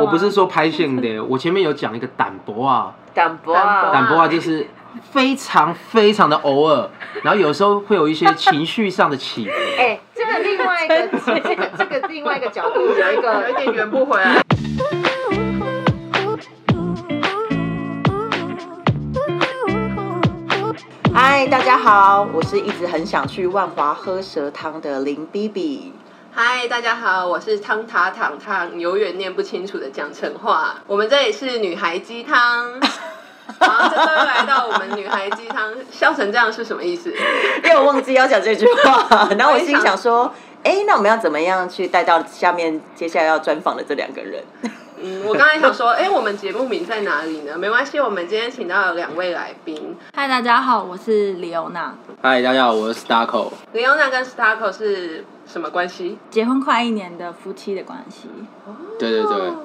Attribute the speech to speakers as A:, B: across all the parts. A: 我不是说拍现的，我前面有讲一个胆薄啊，
B: 淡薄啊，
A: 胆薄啊就是非常非常的偶尔，然后有时候会有一些情绪上的起伏。
C: 哎，这个另外 一个，这个这个另外一个角度有一
B: 有一
C: 个，
B: 点圆不回来。
C: 嗨，大家好，我是一直很想去万华喝蛇汤的林 B B。
B: 嗨，大家好，我是汤塔糖糖，永远念不清楚的讲成话。我们这里是女孩鸡 汤。好，这周又来到我们女孩鸡汤，笑成这样是什么意思？
C: 因为我忘记要讲这句 话，然后我心想说，哎、那我们要怎么样去带到下面接下来要专访的这两个 人？
B: 嗯，我刚才想说，哎、我们节目名在哪里呢？没关系，我们今天请到了两位来宾，
D: 嗨，大家好，我是李欧娜，
A: 嗨，大家好，我是 Starco。
B: 李欧娜跟 Starco 是什么关系？
D: 结婚快一年的夫妻的关系，
A: 对对对，
B: 哦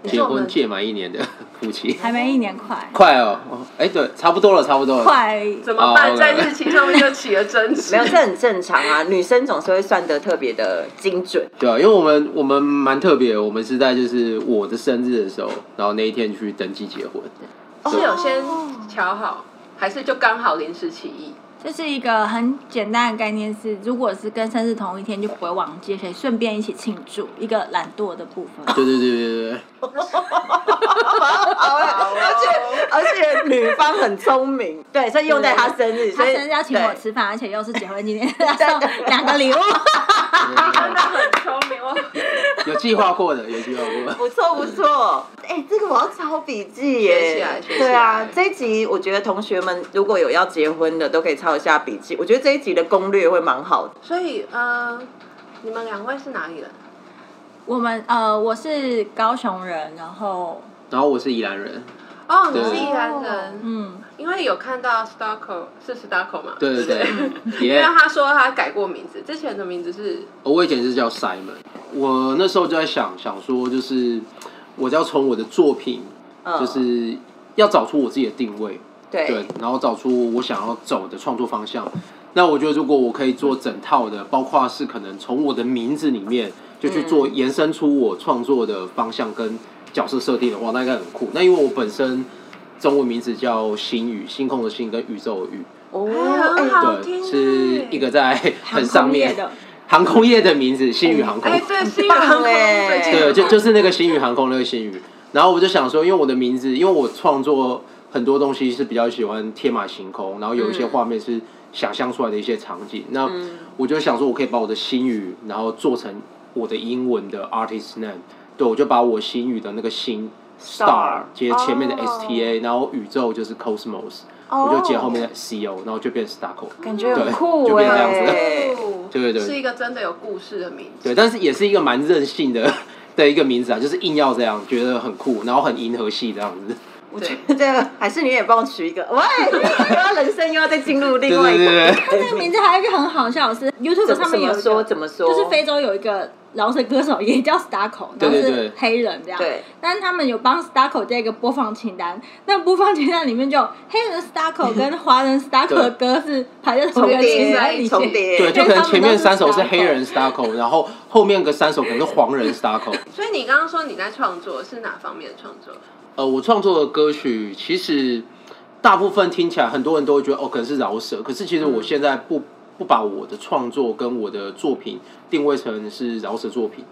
B: 你是
A: 哦结
B: 我们
A: 婚届满一年的夫妻，
D: 还没一年快，
A: 快哦！哦哎，对，差不多了，差不多了。
D: 快
B: 怎么办？
A: 哦
B: 在日期上面就起了争执。
C: 没有，这很正常啊，女生总是会算得特别的精准。
A: 对啊，因为我们我们蛮特别的，我们是在就是我的生日的时候，然后那一天去登记结婚。
B: 是有先瞧好，还是就刚好临时起意？
D: 就是一个很简单的概念是，如果是跟生日同一天，就不会忘记，可以顺便一起庆祝，一个懒惰的部分。
A: 对对对对对
C: 而且 而且女方很聪明，对，所以用在她生日，
D: 他
C: 所以
D: 生日要请我吃饭，而且又是结婚纪念，要送两个礼物。
B: 嗯真的很聪明哦。
A: 对，有计划过的，有计划过的。
C: 不错不错，哎、这个我要抄笔记
B: 学
C: 耶。
B: 起来学起来
C: 对啊，这一集我觉得同学们如果有要结婚的，都可以抄一下笔记。我觉得这一集的攻略会蛮好的。
B: 所以，呃，你们两位是哪里人？
D: 我们呃，我是高雄人，然后
A: 然后我是宜兰人，
B: 哦，你
A: 对
B: 是宜兰人，
D: 嗯，
B: 因为有看到 Starco 是 Starco 吗？
A: 对对对
B: 因
A: 耶
B: 为他说他改过名字，之前的名字是
A: 我以前是叫 Simon，我那时候就在想想说，就是我要从我的作品，
C: 嗯，
A: 就是要找出我自己的定位，对
C: 对，，
A: 然后找出我想要走的创作方向。那我觉得，如果我可以做整套的，包括是可能从我的名字里面就去做延伸出我创作的方向跟角色设定的话，那应该很酷。那因为我本身中文名字叫星宇，星空的星跟宇宙的宇，
C: 哦
B: 哎很好听
A: 对，是一个在很上
D: 商业
A: 面
D: 的，
A: 航空业的名字，星宇航空。
B: 哎，对，是一个航空最近
A: 对，就就是那个星宇航空那个星宇。然后我就想说，因为我的名字，因为我创作很多东西是比较喜欢天马行空，然后有一些画面是想象出来的一些场景。那
B: 嗯
A: 我就想说，我可以把我的星宇，然后做成我的英文的 artist name。对，我就把我星宇的那个星 star 接前面的
B: 哦
A: sta，、然后宇宙就是 cosmos，、我就接后面的 co，然后就变 starco。
C: 哦感觉
A: 对
C: 很酷
A: 就
C: 哎、
A: 变这样子
B: 哦
A: 对对对
B: 是一个真的有故事的名字。
A: 对，但是也是一个蛮任性的的一个名字啊，就是硬要这样，觉得很酷，然后很银河系这样子。
C: 我觉得还是你也帮我取一个，喂， 又要人生又要再进入另外一个。
A: 对对
D: 他这个名字还有一个很好笑的是，YouTube
C: 怎么
D: 上面有一个
C: 怎么说怎么说
D: 就是非洲有一个饶舌歌手也叫 Starco，
A: 对
D: 然后
A: 对
D: 是
A: 对
D: 黑人这样，
C: 对
D: 但是他们有帮 Starco 这个播放清单，那播放清单里面就有黑人 Starco 跟华人 Starco 的歌是排在同一
C: 重
D: 个清单
C: 叠
D: 里
C: 重
D: 面。
C: 叠，
A: 对，就可能前面三首是黑人
D: 因
A: Starco，然后后面个三首可能是黄人 Starco。
B: 所以你刚刚说你在创作是哪方面的创作？
A: 呃，我创作的歌曲其实大部分听起来，很多人都会觉得哦，可能是饶舌，可是其实我现在不。不把我的创作跟我的作品定位成是饶舌作品，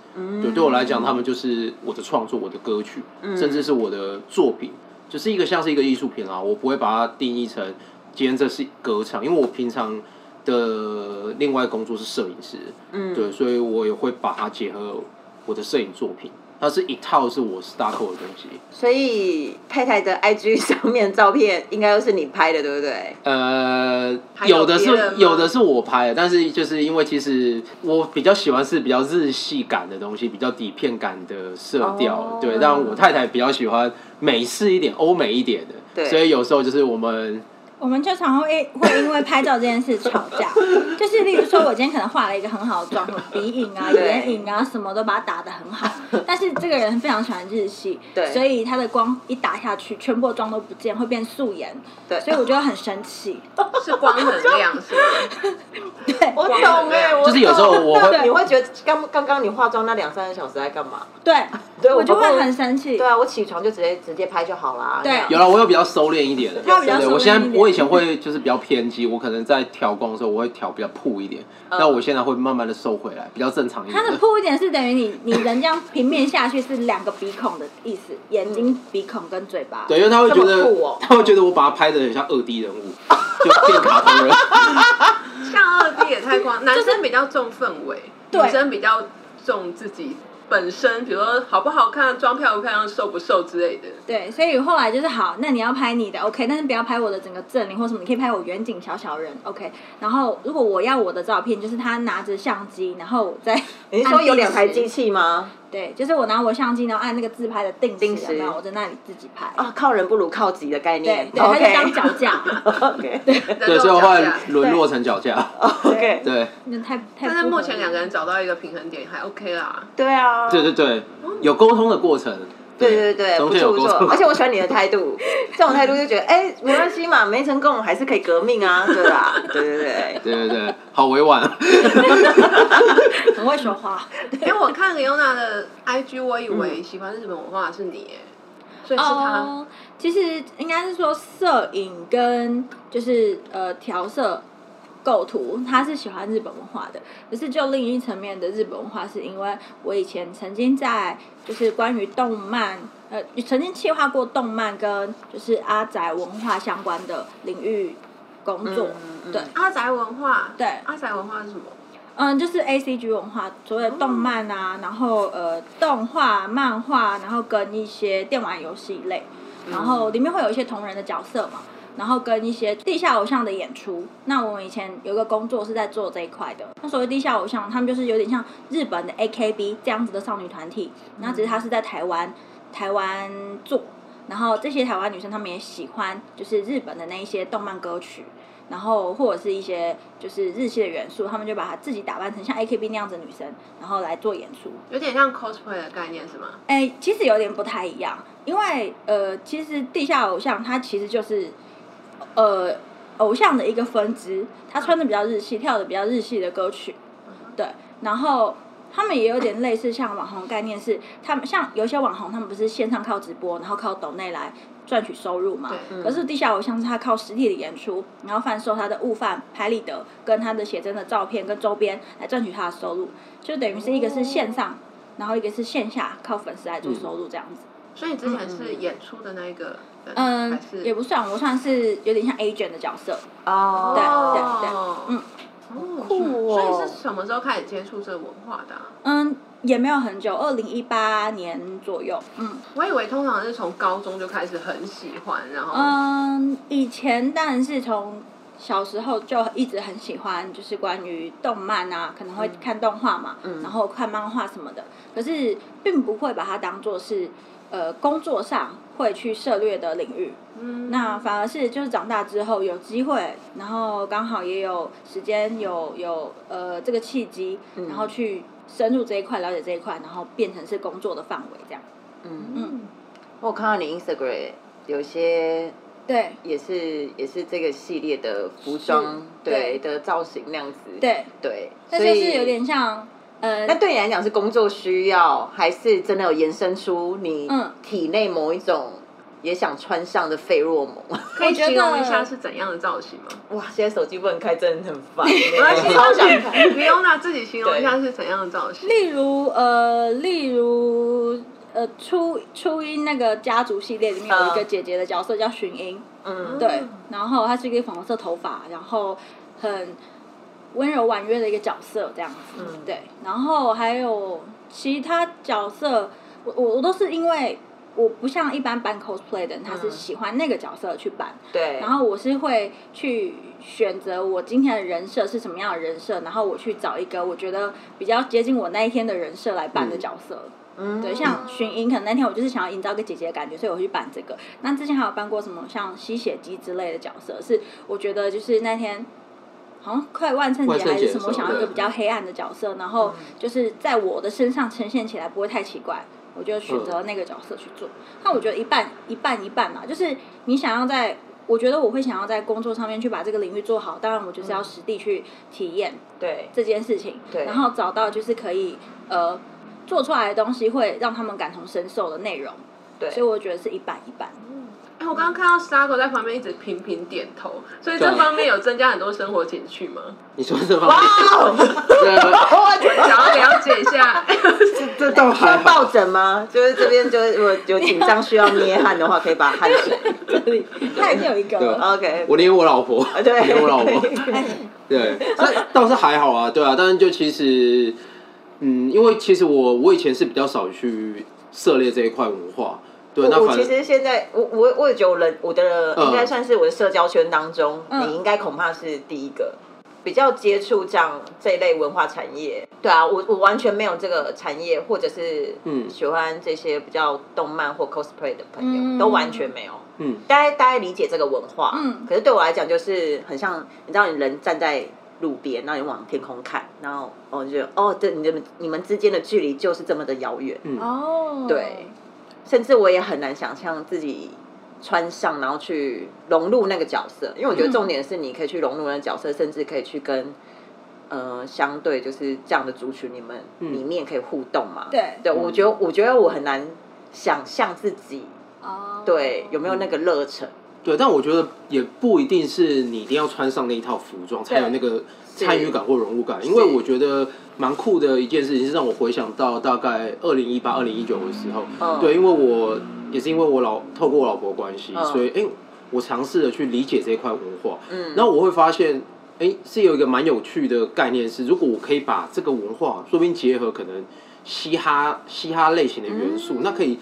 A: 对，对我来讲，他们就是我的创作、我的歌曲，甚至是我的作品，就是一个像是一个艺术品啊啦。我不会把它定义成今天这是歌唱，因为我平常的另外工作是摄影师，嗯，对，所以我也会把它结合我的摄影作品，它是一套是我 s t a r c o 的东西。
C: 所以太太的 IG 上面照片应该都是你拍的，对不对？
A: 呃，
B: 还有
A: 有的是
B: 别人吗
A: 有的是我拍的，但是就是因为其实我比较喜欢是比较日系感的东西，比较底片感的色调
C: 哦
A: 对。但我太太比较喜欢美式一点、欧美一点的，
C: 对
A: 所以有时候就是我们
D: 我们就常会会因为拍照这件事吵 架，就是例如说，我今天可能画了一个很好的妆，我鼻影啊、
C: 对
D: 眼影啊，什么都把它打得 很好，但是这个人非常喜欢日系，
C: 对
D: 所以他的光一打下去，全部的妆都不见，会变素颜，
C: 对，
D: 所以我就很生气。
B: 是光能量是吗？
D: 对，
C: 我
B: 光的
C: 懂
B: 那
C: 哎、
B: 样
C: 我
A: 就是有时候
C: 懂
A: 我会
C: 对你会觉得刚刚刚你化妆那两三个小时在干嘛？
D: 对，
C: 对，
D: 我就
C: 不过
D: 会很生气
C: 对。啊，我起床就直接直接拍就好啦。
D: 对
C: 这样
A: 有了，我有比较收敛一点的，
D: 他比较
A: 对
D: 收敛
A: 我现
D: 一
A: 在
D: 点
A: 我以前会就是比较偏激，我可能在调光的时候我会调比较酷一点，
C: 嗯
A: 那我现在会慢慢的收回来，比较正常一点
D: 它。的铺一点是等于你你人这样平面下去是两个鼻孔的意思，眼睛、鼻孔跟嘴巴。
A: 对，因为他会觉
C: 这么
A: 得
C: 酷哦
A: 他会觉得我把它拍的很像二 D 人物，就变卡通人。
B: 像二 D 也太光，男生比较重氛围，
D: 对
B: 女生比较重自己本身，比如说好不好看、妆漂不漂亮、瘦不瘦之类的。
D: 对，所以后来就是好，那你要拍你的 OK，但是不要拍我的整个阵脸或什么，你可以拍我远景小小人 OK。然后如果我要我的照片，就是他拿着相机，然后我再
C: 你是
D: 按
C: 说有
D: 定
C: 两台
D: 时
C: 机？器吗？
D: 对，就是我拿我相机，然后按那个自拍的定时，
C: 定时
D: 有没有我在那里自己拍。
C: 啊，靠人不如靠己的概
D: 对
C: 念。
D: 对，他就当脚 架，
C: OK OK
A: 对，
B: 人
A: 所以
B: 肉
A: 我后
B: 脚架
A: 来嗯沦落成脚架。
C: 哦 OK，
A: 对，
D: 那太太。
B: 但是目前两个人。找到一个平衡点还 OK 啦。
C: 对啊，
A: 对对对，有沟通的过程。
C: 对对对，
A: 中
C: 不
A: 间
C: 错
A: 有
C: 不
A: 沟
C: 错，
A: 通，
C: 而且我喜欢你的态度，这种态度就觉得，哎、没关系嘛，没成功还是可以革命啊，对吧？对对 对，
A: 对对对，好委婉。啊
D: 很会说 话，
B: 因为我看李欧娜的 IG，我以为喜欢日本文化的是你耶，所以是他。
D: 哦，其实应该是说摄影跟就是呃调色构图，他是喜欢日本文化的。可是就另一层面的日本文化，是因为我以前曾经在就是关于动漫。呃，曾经计划过动漫跟就是阿宅文化相关的领域工作，
C: 嗯嗯
D: 对
B: 阿宅文化，
D: 对
B: 阿宅文化是什么？
D: 嗯，就是 A C G 文化，所有的动漫啊，然后呃动画、漫画，然后跟一些电玩游戏类，然后里面会有一些同人的角色嘛，然后跟一些地下偶像的演出。那我们以前有一个工作是在做这一块的。那所谓地下偶像，他们就是有点像日本的 A K B 这样子的少女团体，那只是他是在台湾台湾做，然后这些台湾女生她们也喜欢就是日本的那一些动漫歌曲。然后或者是一些就是日系的元素，她们就把她自己打扮成像 A K B 那样子的女生，然后来做演出。
B: 有点像 cosplay 的概念是吗？
D: 哎、其实有点不太一样，因为呃，其实地下偶像他其实就是呃偶像的一个分支，他穿的比较日系，跳的比较日系的歌曲，对，然后。他们也有点类似像网红概念是，他们像有些网红，他们不是线上靠直播，然后靠抖内来赚取收入嘛
B: 对？
D: 可是地下偶像是他靠实体的演出，然后贩售他的物贩拍立得跟他的写真的照片跟周边来赚取他的收入，就等于是一个是线上然后一个是线下靠粉丝来做收入这样子。
B: 所以你之前是演出的那一个人，
D: 嗯
B: 还，是
D: 也不算，我算是有点像 A 卷的角色。
C: 哦，
D: 对对
B: 哦
D: 嗯
B: 哦
C: 酷哦
B: 所以是什么时候开始接触这个文化的啊、
D: 嗯，也没有很久，二零一八年左右。嗯
B: 我以为通常是从高中就开始很喜欢，然后、
D: 嗯，以前当然是从小时候就一直很喜欢，就是关于动漫啊，可能会看动画嘛，然后看漫画什么的。可是并不会把它当做是呃工作上会去涉猎的领域。
B: 嗯
D: 那反而是就是长大之后有机会，然后刚好也有时间，有有呃这个契机，然后去深入这一块，了解这一块，然后变成是工作的范围这样。
C: 嗯，
B: 嗯，
C: 我看到你 Instagram 有些
D: 对
C: 也是也是这个系列的服装，对
D: 对
C: 的造型那样子，
D: 对，
C: 对，
D: 那
C: 所
D: 就
C: 以
D: 是有点像呃
C: 那对你来讲是工作需要，还是真的有延伸出你
D: 嗯
C: 体内某一种也想穿上的费洛蒙？
B: 可以
D: 觉得
B: 形容一下是怎样的造型吗？
C: 哇，现在手机不能开，真的很 烦。欸
B: 没关系，
C: 超想看。
B: 你用娜自己形容一下是怎样的造型。
D: 例如呃，例如呃初初音那个家族系列里面有一个
C: 嗯
D: 姐姐的角色叫寻音，
C: 嗯，
D: 对，然后她是一个粉红色头发，然后很温柔婉约的一个角色这样子，
C: 嗯
D: 对，然后还有其他角色，我我我都是因为我不像一般扮 cosplay 的人，他是
C: 嗯
D: 喜欢那个角色去扮，
C: 对。
D: 然后我是会去选择我今天的人设是什么样的人设，然后我去找一个我觉得比较接近我那一天的人设来扮的角色。
C: 嗯
D: 对，像寻音，可能那天我就是想要营造一个姐姐的感觉，所以我去扮这个。那之前还有扮过什么像吸血姬之类的角色，是我觉得就是那天好像快万圣
A: 万
D: 节
A: 圣节
D: 还是
A: 的
D: 什么，
A: 时候
D: 我想要一个
A: 对嗯
D: 比较黑暗的角色，然后就是在我的身上呈现起来不会太奇怪，
C: 嗯
D: 我就选择那个角色去做。那我觉得一半一半一半嘛，就是你想要在我觉得我会想要在工作上面去把这个领域做好，当然我就是要实地去体验
C: 嗯对
D: 这件事情，
C: 对
D: 然后找到就是可以呃做出来的东西会让他们感同身受的内容，
C: 对，
D: 所以我觉得是一半一半。
B: 哎，我刚刚看到 Sago 在旁边一直频频点头，所以这
A: 对
B: 方面有增加很多生活情趣吗？
A: 你说这方面，这
C: 哇这
B: 想要了解一下，
A: 这这倒还
C: 哦 要
A: 好
C: 抱。枕吗？就是这边就是我有紧张需要捏汗的话，可以把汗水。
D: 这里它已经有一个
A: 对
D: 了，
C: OK，
A: 我连我老婆，
C: 啊对，
A: 连我老 婆，对，这倒是还好啊，对啊，但是就其实，嗯，因为其实我我以前是比较少去涉猎这一块文化，对，那
C: 我
A: 反
C: 其
A: 正
C: 实现在，我我我也觉得我人我的
A: 嗯
C: 应该算是我的社交圈当中，
D: 嗯
C: 你应该恐怕是第一个比较接触这样这一类文化产业。对啊，我我完全没有这个产业，或者是
A: 嗯
C: 喜欢这些比较动漫或 cosplay 的朋友，
D: 嗯
C: 都完全没有。
A: 嗯，
C: 大家大家理解这个文化，
D: 嗯
C: 可是对我来讲就是很像，你知道，你人站在路边，然后你往天空看，然后哦，你就觉得哦，这你们你们之间的距离就是这么的遥远，
D: 哦，
C: 对，甚至我也很难想象自己穿上，然后去融入那个角色，因为我觉得
D: 嗯
C: 重点是你可以去融入那个角色，甚至可以去跟。呃，相对就是这样的族群，你们
A: 嗯
C: 里面可以互动嘛？
D: 对
C: 对，我觉得，我觉得我很难想象自己
D: 哦，嗯
C: 对有没有那个热忱。
A: 对，但我觉得也不一定是你一定要穿上那一套服装才有那个参与感或融入感，因为我觉得蛮酷的一件事情是让我回想到大概二零一八、二零一九的时候，
C: 嗯
A: 对，因为我也是因为我老透过我老婆的关系，
C: 嗯
A: 所以哎、诶我尝试着去理解这一块文化，
C: 嗯
A: 然后我会发现。哎，是有一个蛮有趣的概念是，如果我可以把这个文化，说不定结合可能嘻哈嘻哈类型的
C: 嗯
A: 元素，那可以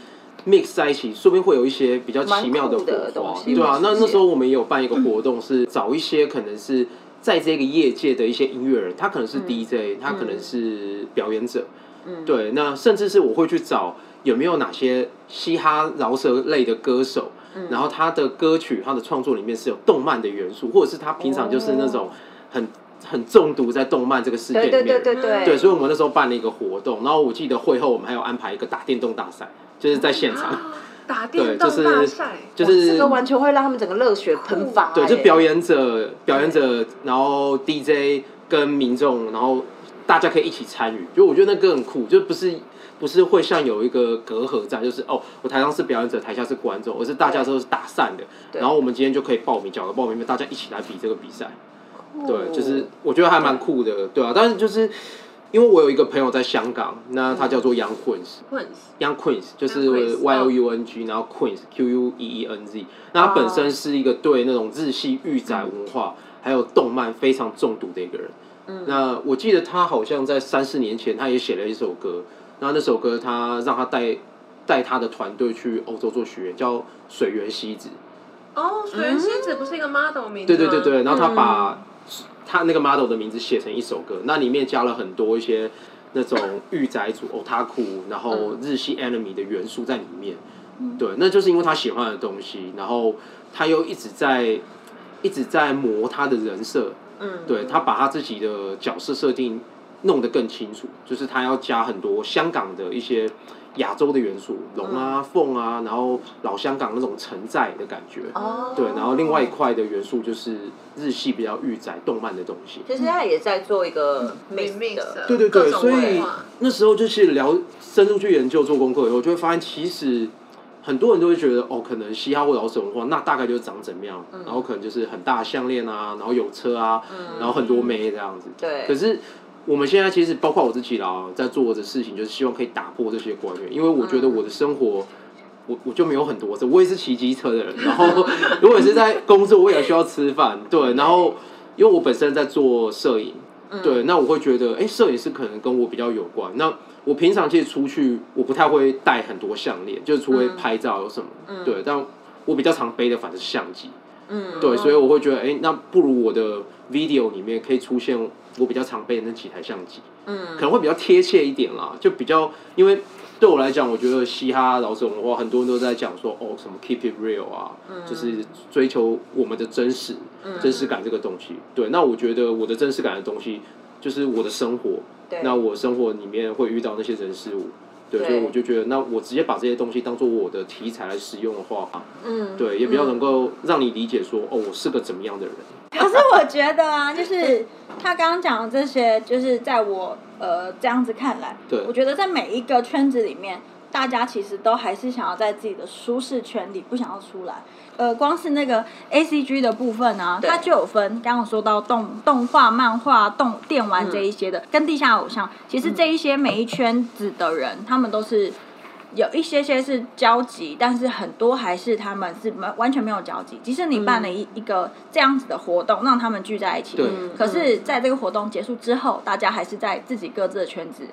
A: mix 在一起，说不定会有一些比较奇妙
C: 蛮酷
A: 火
C: 的
A: 花
C: 东。西
A: 对啊
C: 我，
A: 那
C: 理解
A: 那时候我们也有办一个
C: 嗯
A: 活动，是找一些可能是在这个业界的一些音乐人，他可能是 DJ，、他可能是表演者，
C: 嗯
A: 对，那甚至是我会去找有没有哪些嘻哈饶舌类的歌手，
C: 嗯
A: 然后他的歌曲、他的创作里面是有动漫的元素，或者是他平常就是那种很、很中毒在动漫这个世界里
C: 哦对
A: 面的
C: 对
A: 人。
C: 对对对，
A: 对，所以我们那时候办了一个活动，然后我记得会后我们还有安排一个打电动大赛，就是在现场，
B: 打
A: 对，
B: 电
A: 就
B: 动大
A: 是
B: 赛，
A: 就
C: 啊哇
A: 是
C: 这个完全会让他们整个欸热血喷发耶，
A: 对，就表演者表演者，然后 DJ 跟民众，然后大家可以一起参与，就我觉得那个很酷，就不是不是会像有一个隔阂在，就是哦，我台上是表演者，台下是观众，而是大家都是打散的，
C: 对
A: 然后我们今天就可以报名，缴个报名费，大家一起来比这个比赛。
C: 酷
A: 对，就是我觉得还蛮酷的，对啊。但是就是因为我有一个朋友在香港，那他叫做 Young Queens。
B: 混
A: Young Queens 就是
B: Young Queens，
A: Y O
B: 哦
A: U N G，然后 Queens Q U E E N Z，那他本身是一个对那种日系御宅文化还有动漫非常中毒的一个人。那我记得他好像在三四年前，他也写了一首歌，然后那首歌他让他带带他的团队去欧洲做学员，叫水原希子。
B: 哦，水原希子不是一个 model 名字
A: 对
B: 吗
A: 对对对，然后他把他那个 model 的名字写成一首歌，那里面加了很多一些那种御宅族、otaku，然后日系 anime 的元素在里面。对，那就是因为他喜欢的东西，然后他又一直在一直在磨他的人设，
C: 嗯，
A: 对他把他自己的角色设定弄得更清楚，就是他要加很多香港的一些亚洲的元素，龙啊、凤啊，然后老香港那种城寨的感觉。
C: 哦，
A: 对，然后另外一块的元素就是日系比较御宅动漫的东西。
C: 其实他也在做一个
D: 嗯
C: mix
B: remix
C: 的，
A: 对对对，
B: 各种
A: 所
B: 文
A: 以
B: 化
A: 那时候就是聊深入去研究做功课以后，就会发现其实很多人都会觉得哦，可能嘻哈或饶舌文化那大概就是长怎么
B: 嗯
A: 样，然后可能就是很大的项链啊，然后有车啊，然后很多妹这样子。
C: 对
A: 可是我们现在其实包括我自己啦，在做的事情就是希望可以打破这些观念，因为我觉得我的生活。我我就没有很多车，我也是骑机车的人。然后，如果是在工作，我也需要吃饭，对。然后，因为我本身在做摄影，对，那我会觉得，哎、摄影师可能跟我比较有关。那我平常其实出去，我不太会带很多项链，就是除非拍照有什么，对。但我比较常背的反正是相机，
C: 嗯，
A: 对，所以我会觉得，哎、那不如我的 video 里面可以出现我比较常备的那几台相机，
C: 嗯
A: 可能会比较贴切一点啦，就比较因为。对我来讲，我觉得嘻哈饶舌文化，很多人都在讲说，哦，什么 keep it real 啊，
C: 嗯
A: 就是追求我们的真实、真实感这个东西。对，那我觉得我的真实感的东西，就是我的生活，
C: 对，
A: 那我生活里面会遇到那些人事物，对，
C: 对
A: 所以我就觉得，那我直接把这些东西当做我的题材来使用的话，
C: 嗯，
A: 对，也比较能够让你理解说，哦，我是个怎么样的人。
D: 可是我觉得啊，就是他刚刚讲的这些，就是在我呃这样子看来，
A: 对
D: 我觉得在每一个圈子里面，大家其实都还是想要在自己的舒适圈里，不想要出来。呃，光是那个 A C G 的部分啊，
C: 对
D: 它就有分。刚刚我说到动动画、漫画、动电玩
C: 嗯
D: 这一些的，跟地下偶像，其实这一些每一圈子的人，他们都是有一些些是交集，但是很多还是他们是没完全没有交集。即使你办
C: 嗯
D: 了一、一个这样子的活动，让他们聚在一起
A: 对，
D: 可是
C: 嗯
D: 在这个活动结束之后，大家还是在自己各自的圈子，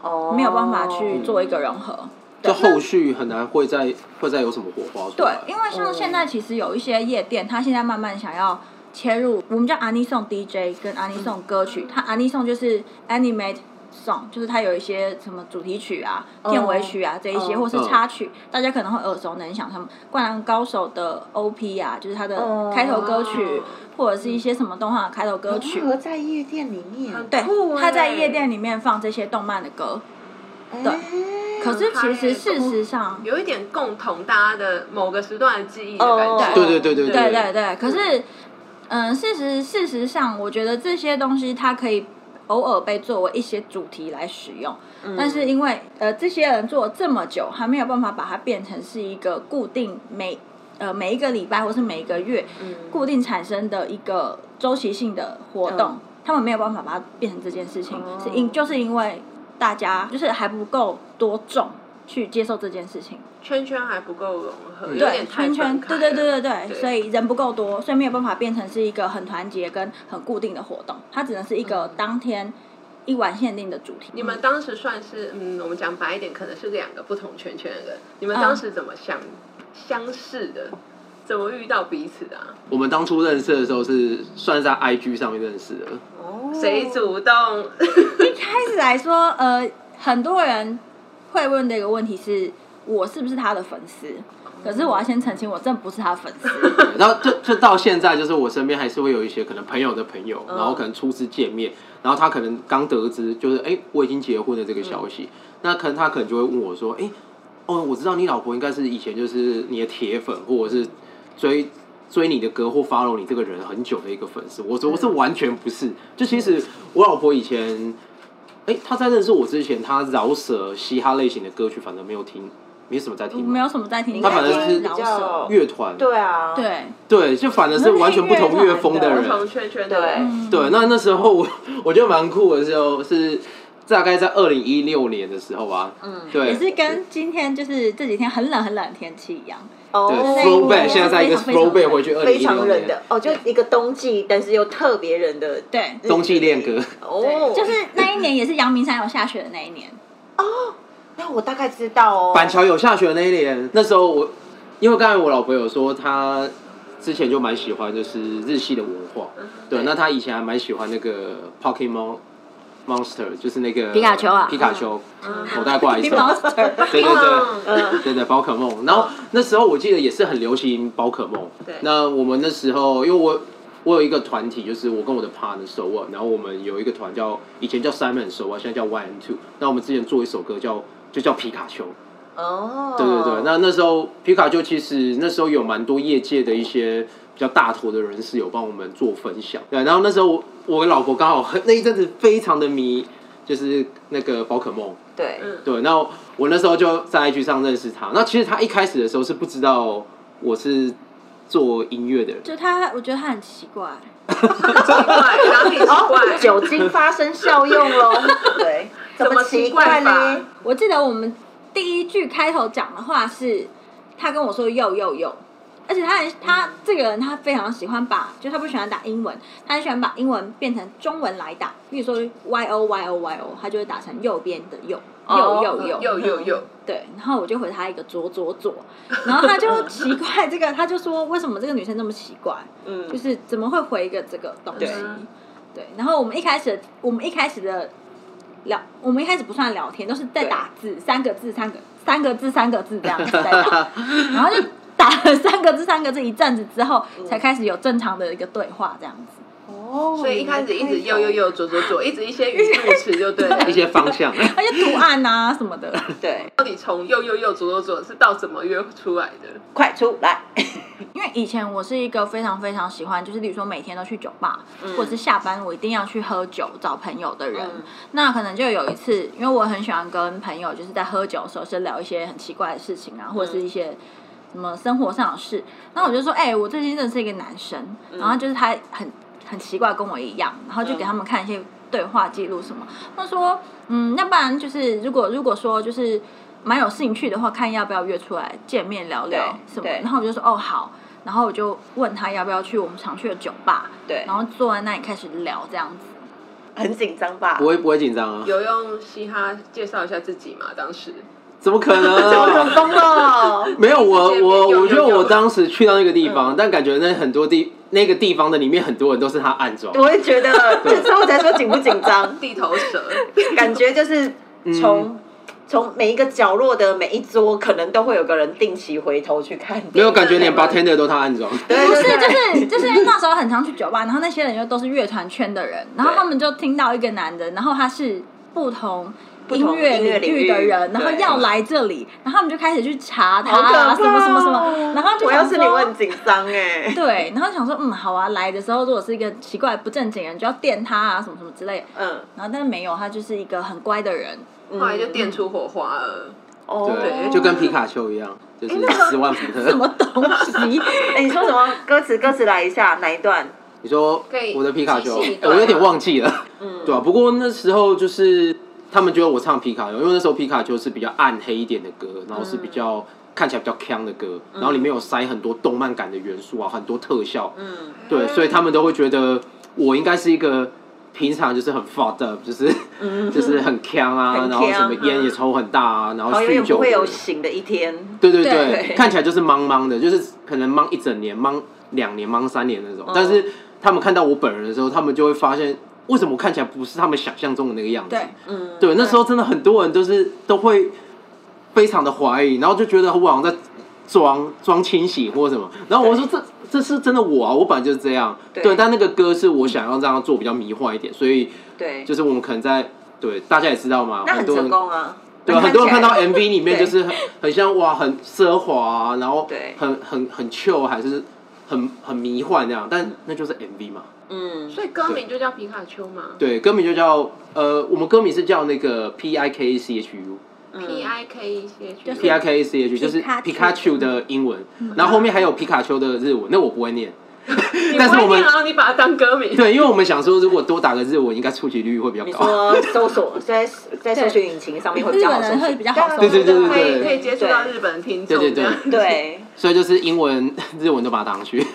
C: 哦，
D: 没有办法去做一个融合。
A: 这后续很难会再会再有什么火花出
D: 对
A: 来。，
D: 因为像现在其实有一些夜店，它现在慢慢想要切入，我们叫 a n i s o n DJ 跟 a n i s o n 歌曲，它 a n i s o n 就是 animate song，就是它有一些什么主题曲啊、片尾曲啊这一些，
C: 哦
D: 或是插曲，大家可能会耳熟能详。他们《灌篮高手》的 OP 啊，就是它的
C: 哦
D: 开头歌曲，或者是一些什么动画的开头歌曲。
C: 合哦在夜店里面，
D: 对
B: 酷，欸
D: 他在夜店里面放这些动漫的歌，
C: 对
D: 可是其实
B: 很嗨欸
D: 事实上，
B: 有一点共同大家的某个时段的记忆的感觉。
C: 哦
A: 对对对对
D: 对对对，可是，嗯，事实事实上，我觉得这些东西它可以偶尔被作为一些主题来使用，
A: 嗯
D: 但是因为呃这些人做了这么久，还没有办法把它变成是一个固定每呃每一个礼拜或是每一个月
A: 嗯
D: 固定产生的一个周期性的活动，
C: 嗯
D: 他们没有办法把它变成这件事情，
C: 哦
D: 是因就是因为大家就是还不够多众去接受这件事情。
B: 圈圈还不够融合，有
D: 对
B: 点太
D: 圈圈，
B: 分开
D: 对
B: 了
D: 对对对对，
B: 对
D: 所以人不够多，所以没有办法变成是一个很团结跟很固定的活动，它只能是一个当天一晚限定的主题。
B: 嗯你们当时算是，嗯，我们讲白一点，可能是两个不同圈圈的人。你们当时怎么相、相识的？怎么遇到彼此的、啊？
A: 我们当初认识的时候是算是在 IG 上面认识的，
B: 谁主动？
D: 一开始来说，呃，很多人会问的一个问题是我是不是他的粉丝？
B: 哦
D: 可是我要先澄清，我真的不是他的粉 丝。
A: 对然后就就到现在，就是我身边还是会有一些可能朋友的朋友，然后可能初次见面，然后他可能刚得知就是哎、我已经结婚的这个消息，那可能他可能就会问我说，哎、哦我知道你老婆应该是以前就是你的铁粉，或者是追追你的歌或 follow 你这个人很久的一个粉丝。我说我是完全不是，就其实我老婆以前。哎、她在认识我之前，她饶舌、嘻哈类型的歌曲反正没有听，没什么在听嘛，
D: 没有什么在听，
A: 他反而是
D: 饶
C: 比较
D: 舌，
A: 乐团，
C: 对啊，
D: 对，
A: 对，就反而是完全不同乐风的
B: 不
A: 人。
B: 同圈圈的
C: 对
B: 人，
A: 对，那那时候我我觉得蛮酷的时候是大概在二零一六年的时候吧，嗯，对，
D: 也是跟今天就是这几天很冷很冷的天气一样。
A: 对
C: 哦
A: throwback，现在在一个
D: 非常
A: throwback 回去二零
C: 非
A: 一
C: 常
A: 六
C: 冷
A: 年
C: 的哦，就一个冬季，但是又特别冷的
D: 对，
A: 冬季恋歌，
C: 哦，
D: 就是那一年也是阳明山有下雪的那一年。
C: 那我大概知道哦，
A: 板桥有下雪那一年，那时候我因为刚才我老朋友说她之前就蛮喜欢就是日系的文化，嗯对，那她以前还蛮喜欢那个 Pokemon Monster，就是那个
D: 皮卡丘啊
A: 皮卡丘口袋怪 兽，对对对。
B: 嗯，
C: 嗯，
A: 对对，宝可梦。然后那时候我记得也是很流行宝可梦。
B: 对
A: 那我们那时候，因为我我有一个团体，就是我跟我的 partner 手腕，然后我们有一个团叫以前叫 Simon 手腕，现在叫 Y N Two。那我们之前做一首歌叫就叫皮卡丘。
C: 哦，
A: 对对对，那那时候皮卡丘其实那时候有蛮多业界的一些比较大头的人士有帮我们做分享，对，然后那时候我我跟老婆刚好很那一阵子非常的迷，就是那个宝可梦，
C: 对，
B: 嗯
A: 对，那我那时候就在 IG 上认识他。那其实他一开始的时候是不知道我是做音乐 的人，
D: 就他，我觉得他很奇怪。
B: 奇怪，哪里奇怪？
C: 哦，酒精发生效用喽， 对，怎么奇怪
B: 怎么奇怪
C: 呢？
D: 我记得我们第一句开头讲的话是，他跟我说又又又，而且他很他这个人他非常喜欢把，就他不喜欢打英文，他很喜欢把英文变成中文来打，比如说 y o y o y o，他就会打成右边的右，
C: 哦
D: 右右右
B: 有有有，
D: 对，然后我就回他一个左左左，然后他就奇怪这个，他就说为什么这个女生这么奇怪，
C: 嗯
D: 就是怎么会回一个这个东西
C: 对？
D: 对，然后我们一开始，我们一开始的聊，我们一开始不算聊天，都是在
C: 对
D: 打字，三个字，三个，三个字，三个字这样子在 打，然后就
C: 嗯
D: 打了三个字，三个字一阵子之后，才开始有正常的一个对话这样子。哦，
B: 所以一开始一直右右右左左左，一直一些语助词就对了。
A: 一些方向。
D: 而且图案啊什么 的，
C: 对，
B: 到底从右右右左左左是到怎么约出来的？
C: 快出来！
D: 因为以前我是一个非常非常喜欢，就是比如说每天都去酒吧，或者是下班我一定要去喝酒找朋友的人。
C: 嗯
D: 那可能就有一次，因为我很喜欢跟朋友就是在喝酒的时候是聊一些很奇怪的事情啊，或者是一些。什么生活上的事，然后我就说，哎、我最近认识一个男生，
C: 嗯
D: 然后就是他很很奇怪，跟我一样，然后就给他们看一些对话记录什么。他说，嗯，要不然就是如果如果说就是蛮有兴趣的话，看要不要约出来见面聊聊
C: 对
D: 什么。
C: 对
D: 然后我就说，哦，好。然后我就问他要不要去我们常去的酒吧，
C: 对
D: 然后坐在那里开始聊这样子。
C: 很紧张吧？
A: 不会不会紧张啊？
B: 有用嘻哈介绍一下自己吗？当时
A: 怎么可能啊？
C: 疯了！
A: 没有我
B: 有有
A: 我我觉得
B: 有
A: 我当时去到那个地方，但感觉那很多地那个地方的里面很多人都是他暗中。
C: 我也觉得，所以我才说紧不紧张，
B: 地头 蛇，
C: 感觉就是从从每一个角落的每一桌，可能都会有个人定期回头去看。
A: 没有感觉连
C: 对
A: bartender 都他暗装，
C: 对
D: 不
C: 对
D: 是，
C: 对
D: 就是就是因为那时候很常去酒吧，然后那些人又都是乐团圈的人，然后他们就听到一个男的，然后他是不同。音
C: 同音
D: 乐
C: 乐
D: 领
C: 领
D: 域的
C: 域
D: 人，然后
C: 对
D: 要来这里，然后他们就开始去查他
C: 好可怕
D: 啊，
C: 哦
D: 什么什么什么，然后就
C: 我
D: 想
C: 要是你，
D: 说
C: 我很紧张哎。
D: 对，然后想说，嗯，好啊，来的时候如果是一个奇怪不正经人，就要电他啊，什么什么之类的。
C: 嗯，
D: 然后但是没有，他就是一个很乖的人，
B: 后来就电出火花了。
C: 哦
A: 对，就跟皮卡丘一样，就是十万伏
D: 什么
A: 特。
D: 东西？
C: 哎，你说什么歌词？歌词来一下，哪一段？
A: 你说
B: 可以
A: 我的皮卡丘，
B: 细细一
A: 哎
B: 段
A: 我有点忘记了，
C: 嗯
A: 对啊吧？不过那时候就是他们觉得我唱皮卡丘，因为那时候皮卡丘是比较暗黑一点的歌，然后是
C: 嗯
A: 比较看起来比较强的歌，然后里面有塞很多动漫感的元素啊，很多特效，
C: 嗯，
A: 对，所以他们都会觉得我应该是一个平常就是很 fucked up，就是、 就是很强啊，
C: 嗯很
A: 然后什么
C: 呛嗯
A: 烟也抽很大啊，然后
C: 好，永
A: 酗
C: 远
A: 酒
C: 不会
A: 的
C: 有
A: 人
C: 醒的一天。
A: 对对
D: 对
A: 对，看起来就是忙忙的，就是可能忙一整年、忙两年、忙三年那种。但是他们看到我本人的时候，他们就会发现，为什么我看起来不是他们想象中的那个样子？
D: 对，
C: 嗯，
A: 对，那时候真的很多人都是都会非常的怀疑，然后就觉得我好像在装装清醒或什么。然后我说这这是真的我啊，我本来就是这样。
C: 对
A: 对，但那个歌是我想要让它做比较迷幻一点，所以
C: 对，
A: 就是我们可能在对大家也知道嘛，
C: 那很
A: 多
C: 成
A: 人
C: 功啊。
A: 对，
C: 那
A: 很多人
C: 起来
A: 看到 MV 里面
C: 对
A: 就是很很像哇，很奢华、啊，然后
C: 对
A: 很很很 chill，还是很很迷幻那样，但那就是 MV 嘛。
C: 嗯，
B: 所以歌名就叫皮卡丘嘛
A: 对，歌名就叫呃，我们歌名是叫那个 P I K C H U。
B: ，P I K E C H，
A: P I K A C H 就是
D: Pikachu
A: Pikachu 的英文，
C: 嗯
A: 然后后面还有皮卡丘的日文，那我不会念。但
B: 不
A: 是
B: 会
A: 我们
B: 念，然后你把它当歌名，
A: 对，因为我们想说，如果多打个日文，应该触及率会比较
C: 你
A: 高。
C: 说搜索在在搜寻引擎上面会比
D: 日
C: 较
D: 本
C: 好搜
D: 人会
C: 寻
D: 比。较好搜
A: 对对对对
D: 到
A: 对
B: 可以可以接触到日本听众
A: 对对对
B: 这样。
C: 对，
A: 所以就是英文、 日文都把它打上去。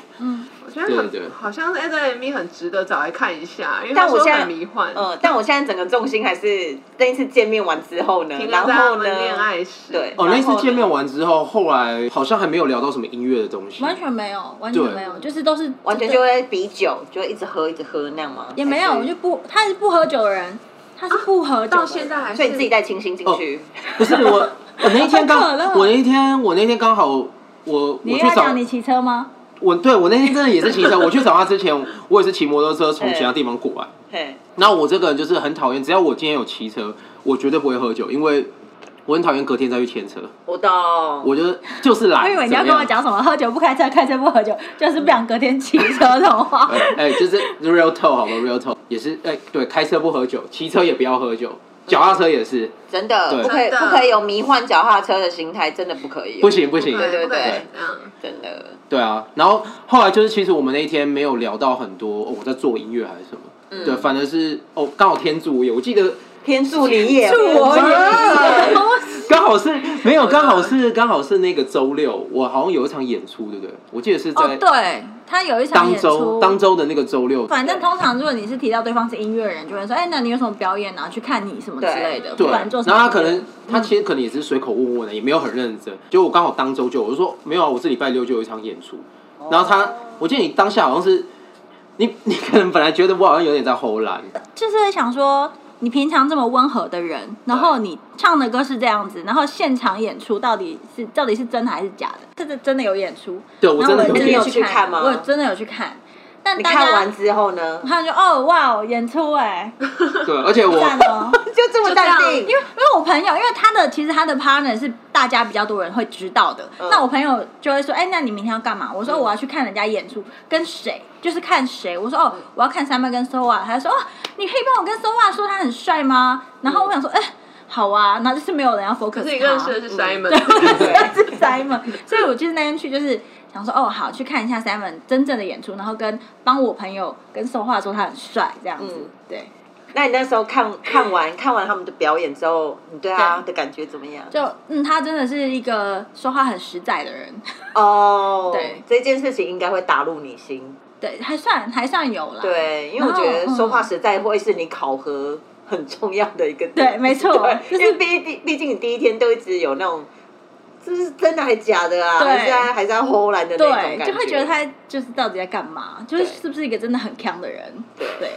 B: 我觉得很
A: 对对
B: 好像是 S M V 很值得找来看一下，因为
C: 但
B: 他
C: 我
B: 说
C: 现在
B: 很迷 幻，
A: 呃
C: 嗯，但我现在整个重心还是那一次见面完之后呢
B: 停，留
C: 然
B: 在他
C: 后
B: 们
C: 呢，
B: 恋爱史。
C: 对
A: 哦，那次见面
C: 完
A: 完之后，后来好像还没有聊到什么音乐的东西，
D: 完全没有，完全
A: 对
D: 没有，就是都是
C: 完全就会哎比酒，就会一直喝一直喝那样吗？
D: 也没有，
C: 还
D: 我
C: 是
D: 就不，他是不喝酒的人，他是不喝酒的人、
B: 到现在还是
C: 所以自己带清新进去。
A: 不 是我，我那一天刚
D: 好可乐，
A: 我那一天，我那天刚好，我我
D: 你
A: 去
D: 要
A: 找
D: 讲你骑车吗？
A: 我，对我那天真的也是骑车，我去找他之前，我也是骑摩托车从 其他地方过来。
C: 嘿，
A: 然后我这个人就是很讨厌，只要我今天有骑车，我绝对不会喝酒，因为我很讨厌隔天再去牵车，
C: 我懂。
A: 我就是就是懒。
D: 我以为你要
A: 啊怎么样
D: 跟我。讲什么喝酒不开车，开车不喝酒，就是不想隔天骑车 的话
A: 哎。哎，就是 real talk 好吗？real talk 也是哎，对，开车不喝酒，骑车也不要喝酒，脚踏车也是，
C: 真的
A: 对
C: 不可以，
B: 真
C: 不
B: 的
C: 可以有迷幻脚踏车的形态，真的不可以哦，
A: 不行不行，
B: 对
C: 对
B: 不可以
C: 对
B: 这样。
C: 真的。
A: 对啊，然后后来就是，其实我们那一天没有聊到很多，哦、我在做音乐还是什么，
D: 嗯
A: 对，反而是哦，刚好天助我也，我记得
C: 天助你也，
D: 助我
C: 哇
D: 也
A: 刚好是没有，刚好是刚好是那个周六，我好像有一场演出，对不对？我记得是
D: 哦，
A: 在
D: 对他有一场
A: 当
D: 演
A: 周
D: 出，
A: 当周的那个周六，
D: 反正通常如果你是提到对方是音乐人，就会说，哎，那你有什么表演啊？去看你什么之类的，
A: 对，
D: 不管
A: 然
D: 做
A: 后
D: 什么。
A: 他可能他其实可能也只是随口问问的，也没有很认真。结果我刚好当周就我就说没有啊，我这礼拜六就有一场演出。
C: 哦
D: 哦
A: 然后他，我记得你当下好像是你你可能本来觉得我好像有点在偷懒，
D: 就是想说，你平常这么温和的人，然后你唱的歌是这样子，然后现场演出到底是到底是真的还是假的？这是真的有演出，
A: 对我
D: 然后
A: 真的
D: 我
A: 有
D: 真
A: 演
D: 有
A: 出
C: 你有去看吗
D: 我真的有去看。但
C: 你
D: 大
C: 看
D: 家
C: 完之后呢？
D: 他们就哦哇哦演 出哎、
A: 对，而 且我
D: 赞哦。
C: 就这么淡定
D: 因为因，为我朋友，因为他的其实他的 partner 是大家比较多人会知道的，
C: 嗯
D: 那我朋友就会说，哎、那你明天要干嘛？我
B: 嗯
D: 说我要去看人家演出，跟谁？就是看谁？我说哦，我要看三妹跟 Sova，他就说哦，你可以帮我跟 Sova 说他很帅吗？然后我想说，哎、好啊，然后就是没有人要 focus
B: 可
D: 他。
B: 是你认识的
A: 嗯
B: 是 Simon，、
D: 是 Simon，所以我就是那天去就是想说，哦，好，去看一下 Simon 真正的演出，然后跟帮我朋友跟说话说他很帅这样子，
C: 嗯
D: 对，
C: 那你那时候看看完看完他们的表演之后，你对他的感觉怎么样？
D: 就嗯，他真的是一个说话很实在的人，
C: 哦，
D: 对
C: 这件事情应该会打入你心。
D: 对，还算还算有啦，
C: 对，因为我
D: 然后
C: 觉得说话
D: 嗯
C: 实在会是你考核很重要的一个点。
D: 对，没错，
C: 对，
D: 就
C: 因为
D: 是
C: 毕毕毕竟你第一天都一直有那种，这是真的还假的啊？
D: 对
C: 还是在还是在偷懒的那种感
D: 对，就会觉得他就是到底在干嘛，就是
C: 对
D: 是不是一个真的很强的人，
C: 对
D: 对。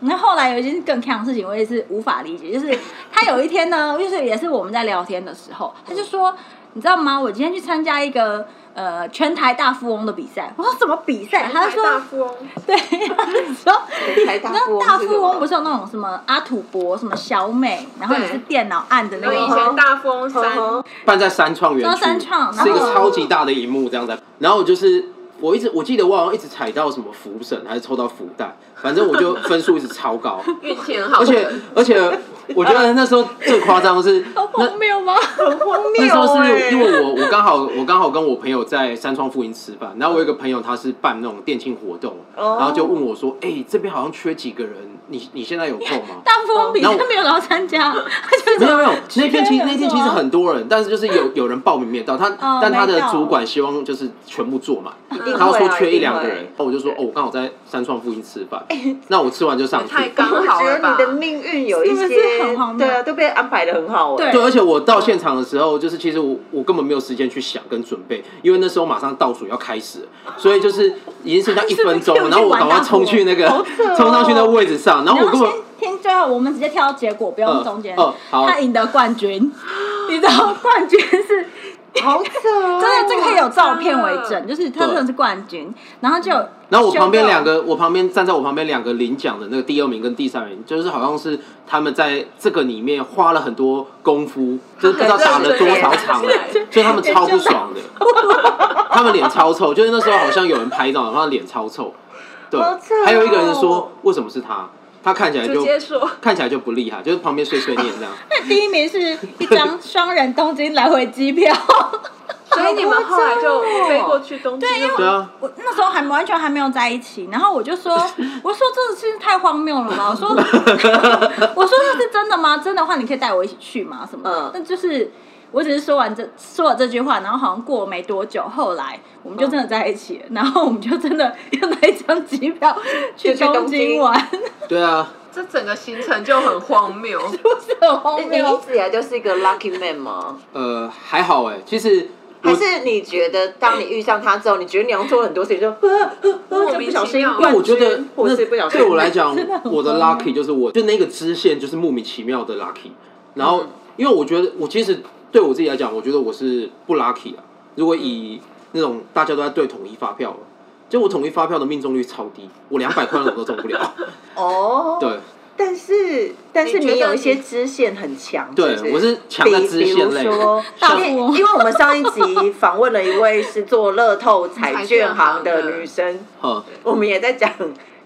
D: 那后来有一件更强的事情，我也是无法理解，就是 他有一天呢，就是也是我们在聊天的时候，他就说，你知道吗？我今天去参加一个呃全台大富翁的比赛。我说什么比赛？他就说
B: 大富翁，
D: 对，他就说
C: 才大
D: 你知
C: 富
D: 道
C: 翁
D: 大
C: 是什
D: 富翁
C: 么
D: 不是有那种什么阿土伯、什么小美，然后你是
B: 对
D: 电脑按的那
B: 然后
D: 个
B: 以
D: 吗。
B: 前大富翁三，
C: 呵呵
A: 办在三创园
D: 然
A: 区，
D: 后三创
A: 是一个
D: 然后
A: 超级大的荧幕这样在。然后我就是我一直我记得我好像一直踩到什么福神，还是抽到福袋，反正我就分数一直超高，
B: 运气很好，
A: 而且而且我觉得那时候最夸张的是
D: 好哦
A: 那
D: 荒谬吗？
C: 荒
A: 那时候
C: 谬欸
A: 是因为我我刚好我刚好跟我朋友在三创附近吃饭，然后我有一个朋友他是办那种店庆活动，
C: 哦
A: 然后就问我说：“哎、这边好像缺几个人，你你现在有空吗
D: 大富翁比赛
A: 然后
D: 没有人要参加，他就？”
A: 没有
D: 是
A: 没有，那天其
D: 缺人
A: 那天其实
D: 是吗
A: 很多人，但是就是有有人报名没有到，他、
D: 哦
A: 但他
D: 没
A: 的
D: 到
A: 主管希望就是全部坐满，
C: 一定
A: 他
C: 会
A: 说
C: 啊
A: 缺一两个人
C: 定，
A: 然后我就说哦，我刚好在三创附近吃饭，那我吃完就上去。
B: 太
C: 会
B: 刚
C: 我
B: 好
C: 觉
B: 了
C: 得
B: 吧
C: 你？的命运有一
D: 是不
C: 些
D: 是很荒，谬
C: 对啊，都被安排的很好哎。
D: 对
A: 对，而且我到现场的时候，就是其实我我根本没有时间去想跟准备，因为那时候马上倒数要开始了，所以就是已经剩下一分钟了，
D: 是不是
A: 然后我赶快冲去那个
C: 好扯哦
A: 冲上去那个位置上，然后我
D: 然
A: 根
D: 后
A: 本
D: 先听最后，我们直接跳到结果，不用
A: 嗯
D: 中间。
A: 嗯好
D: 他赢得冠 军，你知道冠军是
C: 好扯哦！
D: 真的，这个可以有照片为证，
B: 真的
D: 就是他真的是冠军。然后就有，
A: 然后我旁边两，个，我旁边站在我旁边两个领奖的那个第二名跟第三名，就是好像是他们在这个里面花了很多功夫，就是不知道打了多少场了，所以他们超不爽的，他们脸超臭，就是那时候好像有人拍照，然后他脸超臭，对
C: 好扯哦，
A: 还有一个人说为什么是他，他看起来
B: 就
A: 就
B: 接说，
A: 看起来就不厉害，就是旁边碎碎念这样，
D: 那第一名是一张双人东京来回机票。
B: 所以你们后来就飞过去东京，
A: 对啊，
D: 我那时候还完全还没有在一起，然后我 就说，我说这是太荒谬了吧？我说， 我说这是真的吗？真的话，你可以带我一起去吗？什么的
C: 嗯？
D: 那、就是我只是说完这说了这句话，然后好像过没多久，后来我们就真的在一起了，然后我们就真的用那一张机票 去
C: 就去东
D: 东京
C: 京
D: 玩，
A: 对啊，
B: 这整个行程就很荒谬。
D: 是很荒
C: 你一
D: 谬。
C: 直以来就是一个 lucky man 吗？
A: 呃，还好哎，其实
C: 还
A: 我
C: 是你觉得当你遇上他之后，你觉得你要做很多事情，就
A: 哎
C: 呵呵呵，
B: 莫
C: 就
B: 名
C: 不小
B: 其
C: 心
B: 妙
A: 因为
C: 冠
A: 我觉得
C: 军，或
A: 那
C: 是不小心
A: 对我来讲
D: 真的，很
A: 我的
D: 荒谬
A: lucky 就是我就那个支线就是莫名其妙的 lucky。然后，因为我觉得我其实对我自己来讲，我觉得我是不 lucky 啊。如果以那种大家都在对统一发票，就我统一发票的命中率超低，我两百块我都中不了。
C: 哦，
A: 对
C: 但是但是
B: 你觉
C: 你
B: 得
C: 有一些
B: 你
C: 支线很强，
A: 对
C: 不，
A: 我是强在支线类
C: 比比如说
A: 的。
D: 大
A: 像
D: 富翁
C: 因为我们上一集访问了一位是做乐透彩券行的女生，
A: 嗯，
C: 我们也在讲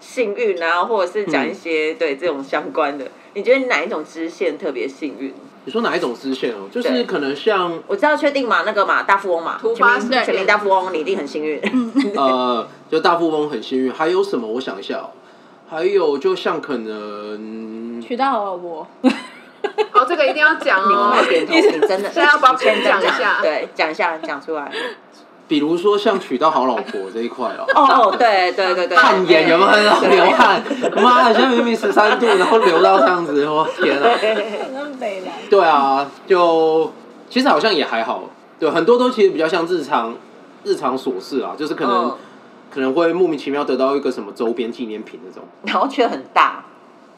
C: 幸运啊，或者是讲一些、
A: 嗯
C: 对这种相关的。你觉得你哪一种支线特别幸运？
A: 你说哪一种支线哦？就是
C: 对
A: 可能像
C: 我知道确定嘛，那个嘛，大富翁嘛，
B: 突
C: 全
B: 发
C: 民
B: 事件
C: 全民大富翁，你一定很幸运。
A: 呃，就大富翁很幸运，还有什么？我想一下哦，还有就像可能
D: 娶到了 我，
B: 哦，这个一定要讲
C: 你
B: 哦
C: 快。点头，你真的，
B: 现在要帮
C: 你真的
B: 别人讲一下
C: 对，讲一下，讲出来。
A: 比如说像娶到好老婆这一块哦，
C: 哦，对对对对，
A: 汗颜有没有很好
C: 对啊
A: 流汗？妈的，现在明明十三度，然后流到这样子，我天啊！
D: 可能北兰。
A: 对啊，就其实好像也还好，对，很多都其实比较像日常日常琐事啊，就是可能、
C: 嗯
A: 可能会莫名其妙得到一个什么周边纪念品 那种，
C: 然后却很大，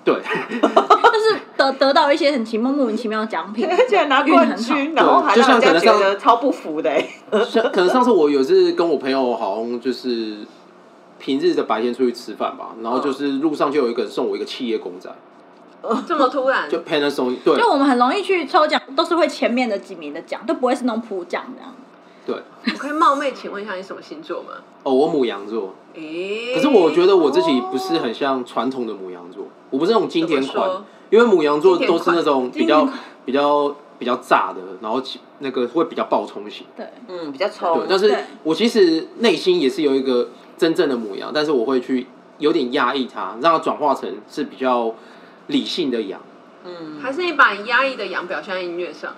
A: 对，
D: 就是得得到一些很奇莫莫名其妙的 奖品，
C: 居然拿冠军，然后还
A: 就
C: 让人
A: 像可
C: 家
A: 能
C: 觉
A: 上
C: 得超不服的欸。
A: 像可能上次我有一次跟我朋友好像就是平日的白天出去吃饭吧，然后就是路上就有一个人送我一个企业公仔，
B: 这么突然，
A: 就 Panasonic，对
D: 就我们很容易去抽奖，都是会前面的几名的奖，都不会是那种普奖这样。
A: 对，
B: 我可以冒昧请问一下你什么星座吗？
A: 哦，我母羊座，
B: 咦，
A: 可是我觉得我自己不是很像传统的母羊座，我不是那种经典
B: 怎么
A: 款
B: 说，
A: 因为母羊座都是那种比
D: 经典款
A: 较比较比较炸的，然后其那个会比较暴冲型。
D: 对，
C: 嗯，比较
A: 对
C: 冲，，
A: 但是
D: 对
A: 我其实内心也是有一个真正的母羊，但是我会去有点压抑它，让它转化成是比较理性的羊。
C: 嗯，
B: 还是你把压抑的羊表现在音乐上，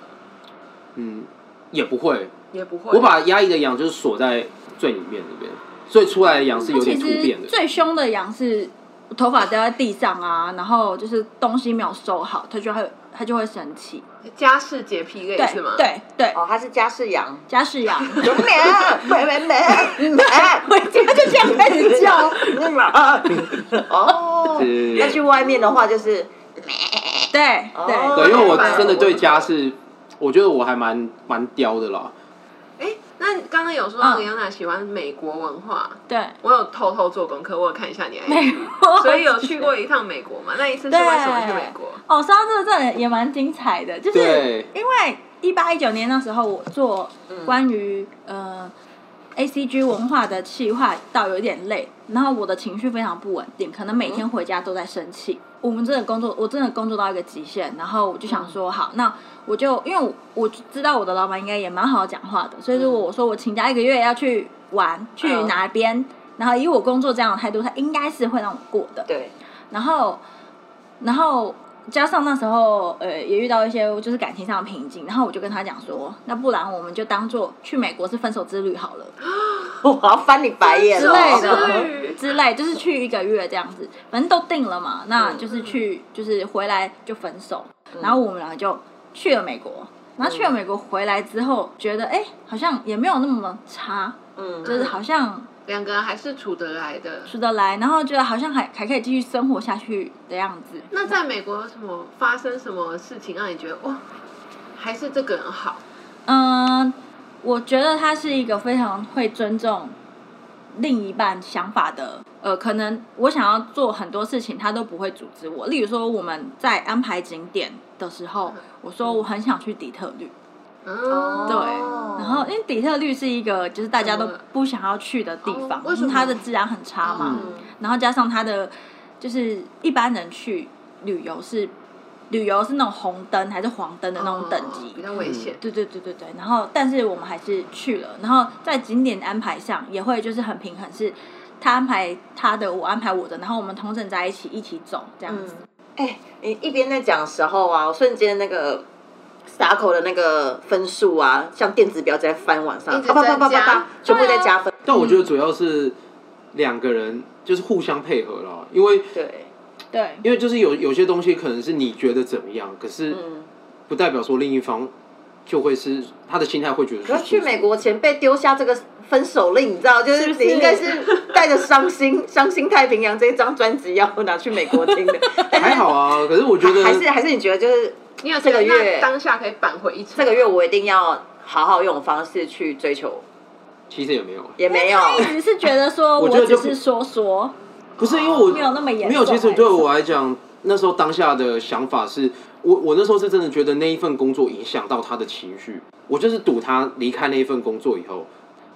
A: 嗯，也不会，
B: 也不会。
A: 我把压抑的羊就是锁在最里面那边，所以出来的羊是
D: 那
A: 有
D: 其
A: 点突变
D: 实
A: 的。
D: 最凶的羊是头发掉在地上啊，然后就是东西没有收好，它就会它就会生气。
B: 家世洁癖类
D: 对
B: 是吗？，
D: 对对，
C: 哦，他是家世羊，
D: 家是羊，
C: 有 没没没 没没，
D: 我今天就这样开始叫。
C: 哦，
A: 是
C: 那去外面的话就是
D: 对
C: 哦
A: 对，因为我
B: 对
A: 真的对家是，我觉得我还蛮蛮刁的啦。
B: 哎，那刚刚有说到
D: 嗯
B: 李安娜喜欢美国文化，
D: 对
B: 我有偷偷做功课，我有看一下你 的 IG，
D: 美国，
B: 所以有去 过一趟美国嘛？那一次是为什么去美国？
D: 哦，说到这个，这也蛮精彩的，就是
A: 对
D: 因为一八一九年那时候，我做关于、呃 A C G 文化的企划，到有一点累，然后我的情绪非常不稳定，可能每天回家都在生气。我们真的工作，我真的工作到一个极限，然后我就想说，好，那我就因为我我知道我的老板应该也蛮好讲话的，所以如果我说我请假一个月要去玩去
C: 嗯
D: 哪边，然后以我工作这样的态度，他应该是会让我过的。
C: 对，
D: 然后，然后加上那时候呃也遇到一些就是感情上的瓶颈，然后我就跟他讲说，那不然我们就当做去美国是分手之旅好了
C: 我要翻你白眼
D: 之
C: 了，
D: 类
B: 之
D: 的
B: 旅
D: 之类，就是去一个月这样子，反正都定了嘛，那就是去就是回来就分手，然后我们两个就去了美国。然后去了美国回来之后，觉得哎、好像也没有那么差，
C: 嗯，
D: 就是好像
B: 两个人还是处得来的。
D: 出得来，然后觉得好像还还可以继续生活下去的样子。
B: 那在美国有什么发生什么事情让你觉得哇，还是这个人好？
D: 嗯，我觉得他是一个非常会尊重另一半想法的。呃，可能我想要做很多事情，他都不会阻止我。例如说，我们在安排景点的时候，我说我很想去底特律，
B: 嗯，
D: 对
C: 哦
D: 然后因为底特律是一个就是大家都不想要去的地方
B: 哦，为什么
D: 因它的治安很差嘛，
A: 嗯
D: 然后加上它的就是一般人去旅游是旅游是那种红灯还是黄灯的那种等级，
B: 哦比较危险。
C: 嗯
D: 对对对对对，然后但是我们还是去了，然后在景点安排上也会就是很平衡，是他安排他的，我安排我的，然后我们同整在一起一起走这样子。
C: 哎，你一边在讲的时候啊，我瞬间那个。打口的那个分数啊，像电子表在翻往上，
B: 一直
C: 啪啪啪啪
B: 增
C: 啪
B: 加
C: 啪，全部在加分。
A: 但我觉得主要是两个人就是互相配合啦，因为
C: 对，
D: 对，
A: 因为就是有有些东西可能是你觉得怎么样，可是
C: 嗯。
A: 不代表说另一方就会是他的心态会觉得
C: 可
A: 是
C: 是去美国前被丢下这个分手令，你知道，就是
D: 是不是
C: 你应该是带着伤心、伤心太平洋这一张专辑要拿去美国听的。但
A: 还好啊，可是我觉
C: 是
A: 得
C: 还是还是你觉得就是
B: 你有
C: 这个
B: 觉得那
C: 月
B: 当下可以扳回一城？
C: 这个月我一定要好好用方式去追求，
A: 其实也没有，
C: 也没有。
D: 他一直是觉得说
A: 我
D: 我
A: 觉得就
D: 只
A: 不
D: 是说说，
A: 不是因为我
D: 没有那么严重
A: 没有，其实对我来讲，那时候当下的想法是我我那时候是真的觉得那一份工作影响到他的情绪，我就是赌他离开那一份工作以后，